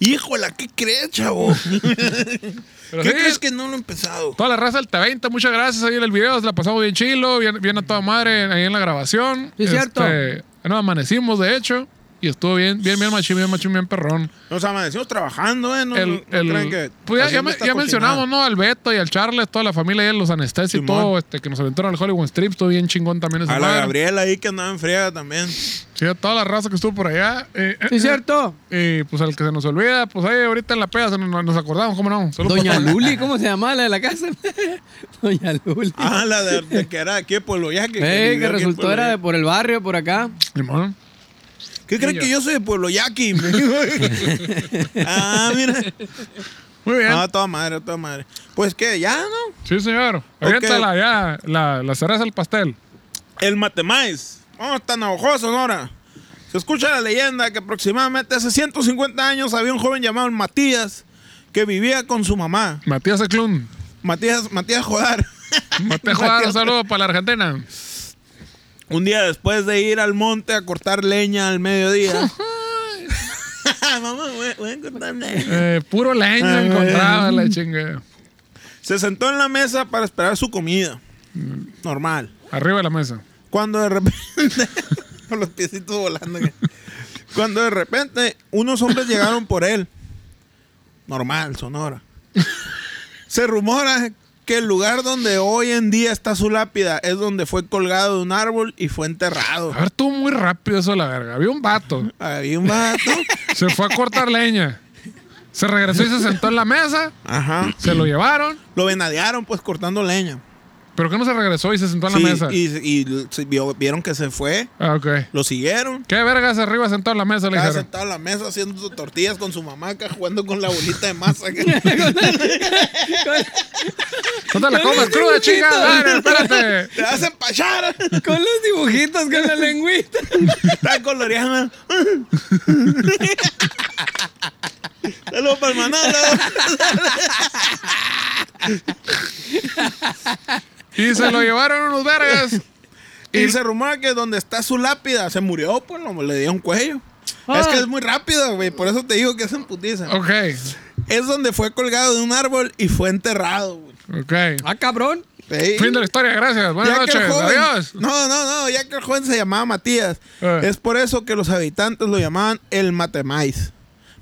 S4: Híjola, ¿qué crees, chavo?
S2: Pero
S4: ¿Qué
S2: sí,
S4: crees que no lo he empezado?
S2: Toda la raza del T20, muchas gracias ahí en el video, se la pasamos bien chilo, bien, bien a toda madre ahí en la grabación. Este,
S3: Sí, es cierto.
S2: Nos amanecimos, de hecho, y estuvo bien, bien, bien machín, bien machín, bien perrón.
S4: Nos amanecimos trabajando, ¿eh? No,
S2: El-
S4: no
S2: el-
S4: crean que
S2: pues ya, ya
S4: haciendo
S2: me-
S4: esta
S2: ya
S4: cochinada.
S2: mencionamos, ¿no? Al Beto y al Charles, toda la familia ahí, los anestesios y
S4: Simón.
S2: todo, este, que nos aventaron al Hollywood Strip, estuvo bien chingón también esa
S4: A la
S2: madre.
S4: Gabriela ahí que andaba en friega también.
S2: Sí, a toda la raza que estuvo por allá. eh,
S3: Sí, es cierto.
S2: Y pues al que se nos olvida, pues ahí ahorita en la peda se nos, nos acordamos, ¿cómo no? Solo
S3: Doña
S2: por-
S3: Luli, ¿cómo se llamaba la de la casa? Doña Luli.
S4: Ah, la de, de que era de aquí de Pueblo Yaque.
S3: Ey,
S4: vivió
S3: Eh, que
S4: aquí en
S3: resultó
S4: Pueblo
S3: era de
S4: Yaque.
S3: por el barrio, por acá.
S2: Simón.
S4: ¿Qué creen que yo soy de Pueblo Yaque? Me dijo. ah, mira.
S2: Muy bien.
S4: Ah, toda madre, toda madre. Pues que ya, ¿no?
S2: Sí, señor.
S4: Ok.
S2: Aviéntala ya, la, la cereza del pastel.
S4: El Matemais. Vamos tan enojosos ahora. Se escucha la leyenda que aproximadamente hace 150 años había un joven llamado Matías que vivía con su mamá.
S2: Matías Eclun.
S4: Matías, Matías Jodar.
S2: Matías Juárez, un saludo para la Argentina.
S4: Un día después de ir al monte a cortar leña al mediodía. Mamá, voy, voy a cortar leña.
S2: Eh, puro leña
S4: Ah,
S2: encontraba la chinga.
S4: Se sentó en la mesa para esperar su comida. Normal.
S2: Arriba de la mesa.
S4: Cuando de repente. con los piecitos volando. acá. Cuando de repente unos hombres llegaron por él. Normal, Sonora. Se rumora que el lugar donde hoy en día está su lápida es donde fue colgado de un árbol y fue enterrado.
S2: A ver, tú muy rápido eso, la verga. Había un vato.
S4: Había un vato.
S2: Se fue a cortar leña. Se regresó y se sentó en la mesa.
S4: Ajá.
S2: Se lo llevaron.
S4: Lo venadearon pues cortando leña.
S2: ¿Pero qué no se regresó y se sentó en
S4: Sí,
S2: la mesa?
S4: Y, y se vio- vieron que se fue.
S2: Ah, ok.
S4: Lo siguieron.
S2: ¿Qué vergas arriba sentado en la mesa? Le
S4: Estaba
S2: dijeron.
S4: sentado a la mesa haciendo sus tortillas con su mamá acá jugando con la bolita de masa. acá.
S2: No te la comas cruda, chinga. Dale, espérate.
S4: ¡Te hacen pachar!
S3: Con los dibujitos, con la lengüita.
S4: Está coloreando. Saludos para el Manolo.
S2: Y se lo llevaron unos vergas.
S4: Y se rumora que donde está su lápida se murió, pues lo- le dio un cuello. Es
S2: Ah.
S4: que es muy rápido, güey. Por eso te digo que es en putiza.
S2: Ok.
S4: Es donde fue colgado de un árbol y fue enterrado, güey.
S2: Ok.
S3: Ah, cabrón.
S4: Sí.
S2: Fin de la historia, gracias. Buenas
S4: Ya que el
S2: noches.
S4: joven-
S2: Adiós.
S4: No, no, no, ya que el joven se llamaba Matías.
S2: Eh.
S4: Es por eso que los habitantes lo llamaban el Matemais.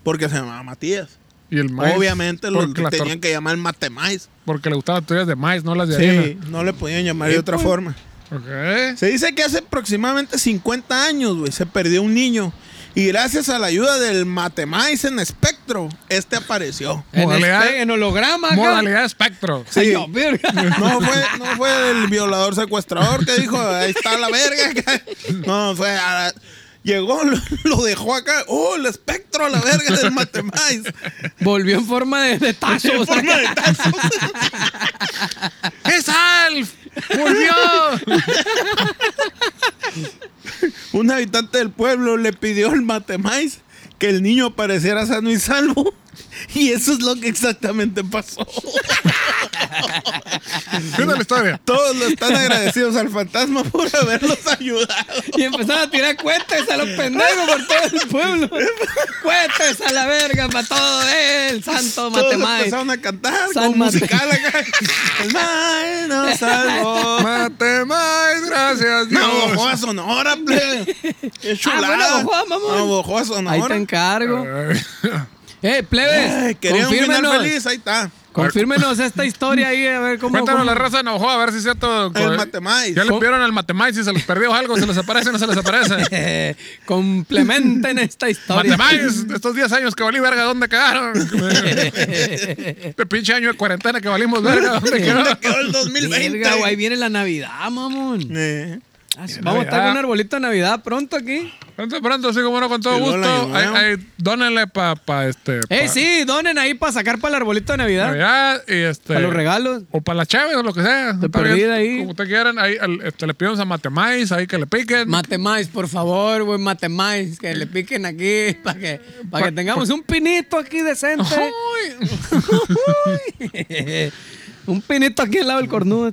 S4: Porque se llamaba Matías.
S2: Y el maíz.
S4: Obviamente lo
S2: porque, la tor-
S4: tenían que llamar Matemais.
S2: porque le gustaban las teorías de maíz, no las de
S4: Sí,
S2: harina.
S4: no le podían llamar de
S2: pues.
S4: otra forma.
S2: Ok.
S4: Se dice que hace aproximadamente 50 años, güey, se perdió un niño. Y gracias a la ayuda del Matemais en espectro, este apareció.
S3: En,
S2: Modalidad-
S3: espe- en
S2: Ah,
S3: holograma. acá.
S2: Modalidad espectro.
S3: Ay, no, verga.
S4: No fue, no fue el violador secuestrador que dijo, ahí está la verga. No, fue a la- Llegó, lo, lo dejó acá. ¡Oh, el espectro a la verga del Matemais!
S3: Volvió en forma de, de tazo. o sea,
S4: Forma de tazo.
S2: ¡Es Alf! ¡Volvió!
S4: Un habitante del pueblo le pidió al Matemais que el niño apareciera sano y salvo. Y eso es lo que exactamente pasó.
S2: Fin de la historia.
S4: Todos lo están agradecidos al fantasma por haberlos ayudado.
S3: Y empezaron a tirar cohetes a los pendejos por todo el pueblo. Cohetes a la verga para todo el santo
S4: Todos
S3: Matemais.
S4: empezaron a cantar
S3: San
S4: con
S3: Mate-
S4: musical acá. El Matemais nos salvó.
S2: Mate maíz, gracias Dios.
S4: No, bajó a Sonora, plebe. Qué chulada.
S3: Ah, bueno, Navojoa, mamón.
S4: Navojoa,
S3: Ahí te
S4: Sonora.
S3: encargo. Eh, plebes,
S4: Ay, quería un final
S3: confírmenos,
S4: feliz, ahí está.
S3: confírmenos esta historia ahí, a ver cómo...
S2: Cuéntanos
S3: cómo-
S2: la raza de Navajo, a ver si es cierto.
S4: El Oh. Matemais.
S2: Ya le pidieron al Matemais si se les perdió algo, se les aparece o no se les aparece.
S3: Eh, complementen esta historia.
S2: Matemais, estos 10 años que valí verga, ¿dónde quedaron? Este pinche año de cuarentena que valimos verga, ¿dónde quedó?
S4: ¿Dónde quedó el 2020?
S3: Verga, güey, ahí viene la Navidad, mamón.
S4: Eh,
S3: Ah, Vamos
S2: Navidad.
S3: a estar con un arbolito de Navidad pronto aquí.
S2: Pronto, pronto, sí, como no, con todo
S4: Y luego la
S2: gusto.
S4: llamada.
S2: Ay, ay, dónenle para pa este. Pa,
S3: ¡Ey, Eh, sí! Donen ahí para sacar para el arbolito de Navidad.
S2: Navidad y este.
S3: Para los regalos.
S2: O para la Chávez o lo que sea.
S3: De
S2: Está bien,
S3: perdida ahí.
S2: Como ustedes quieran. Ahí al- este, le pidimos a Matemais ahí que le piquen.
S3: Matemais, por favor, güey, Matemais, que le piquen aquí para que, pa' que
S2: Pa-
S3: tengamos un pinito aquí decente.
S2: Uy.
S3: un pinito aquí al lado del cornudo.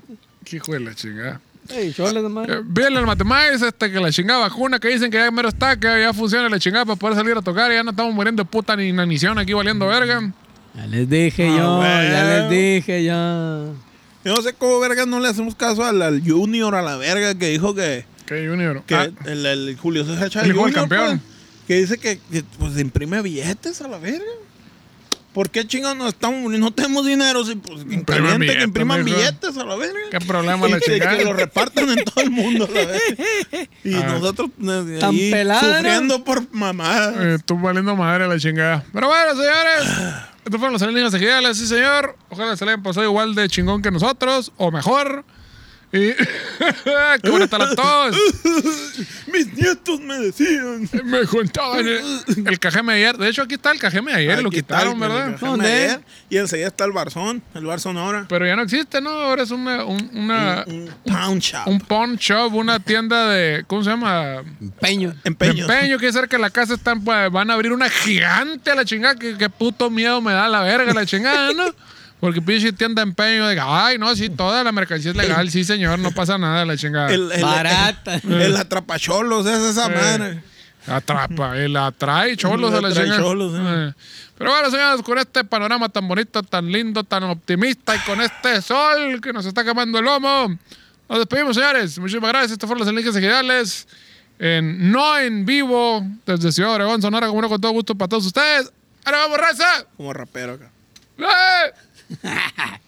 S2: Hijo de la chingada.
S3: Ey, cholas nomás.
S2: Eh, Pídele al Matemais este, que la chingada vacuna que dicen que ya mero está, que ya funciona la chingada para poder salir a tocar. Ya no estamos muriendo de puta ni inanición aquí valiendo verga.
S3: Ya les dije yo,
S4: Ah,
S3: ya les
S4: bueno.
S3: dije yo.
S4: Yo no sé cómo verga no le hacemos caso al, al Junior, a la verga, que dijo que,
S2: Que Junior.
S4: que
S2: Ah,
S4: el, el Julio César Chávez
S2: El hijo del
S4: Junior,
S2: campeón.
S4: pues, que dice que, que, pues imprime billetes a la verga. ¿Por qué chingados no estamos, no tenemos dinero? Si pues que
S2: Impriman
S4: caliente que
S2: billetes,
S4: impriman
S2: mijo.
S4: billetes a la verga.
S2: ¿Qué problema la
S4: Y que-
S2: chingada?
S4: Que lo repartan en todo el mundo a la verga. Y
S2: Ah.
S4: nosotros eh,
S3: Tan
S4: ahí
S3: pelada, ¿no?
S4: sufriendo por mamadas.
S2: Eh, tú valiendo madre la chingada. Pero bueno, señores. Estos fueron los alienígenas ejidales, sí, señor. Ojalá se le hayan pasado igual de chingón que nosotros, o mejor. Y. ¡Qué buena está la tos!
S4: Mis nietos me decían.
S2: Me contaban el, el cajeme de ayer. De hecho, aquí está el cajeme de ayer, lo
S4: Aquí está
S2: quitaron,
S4: el-
S2: ¿verdad?
S4: el cajón
S3: ¿Dónde?
S4: de ayer, Y enseguida está el Barzón, el Barzón ahora.
S2: Pero ya no existe, ¿no? Ahora es una, un, una,
S4: Un pound shop.
S2: un pawn shop, una tienda de, ¿cómo se llama?
S3: Peño.
S2: De
S4: empeño.
S2: Empeño, que cerca de la casa están, pues, van a abrir una gigante a la chingada, que, que puto miedo me da la verga, la chingada, ¿no? Porque pinche tienda de empeño, de, ay, no, sí, toda la mercancía es legal, sí, señor, no pasa nada, la chingada.
S4: El, el-
S3: Barata.
S4: El, el atrapacholos, es esa madre.
S2: Atrapa, él atrae cholos
S4: Él
S2: a la
S4: atrae
S2: chingada.
S4: cholos, eh.
S2: Eh. Pero bueno, señores, con este panorama tan bonito, tan lindo, tan optimista y con este sol que nos está quemando el lomo, nos despedimos, señores. Muchísimas gracias. Estos fueron los enlaces ejidales. En, no en vivo, desde Ciudad Obregón, Sonora, como no, con todo gusto para todos ustedes. ¡Ahora vamos, raza!
S4: Como rapero acá.
S2: ¡Eh!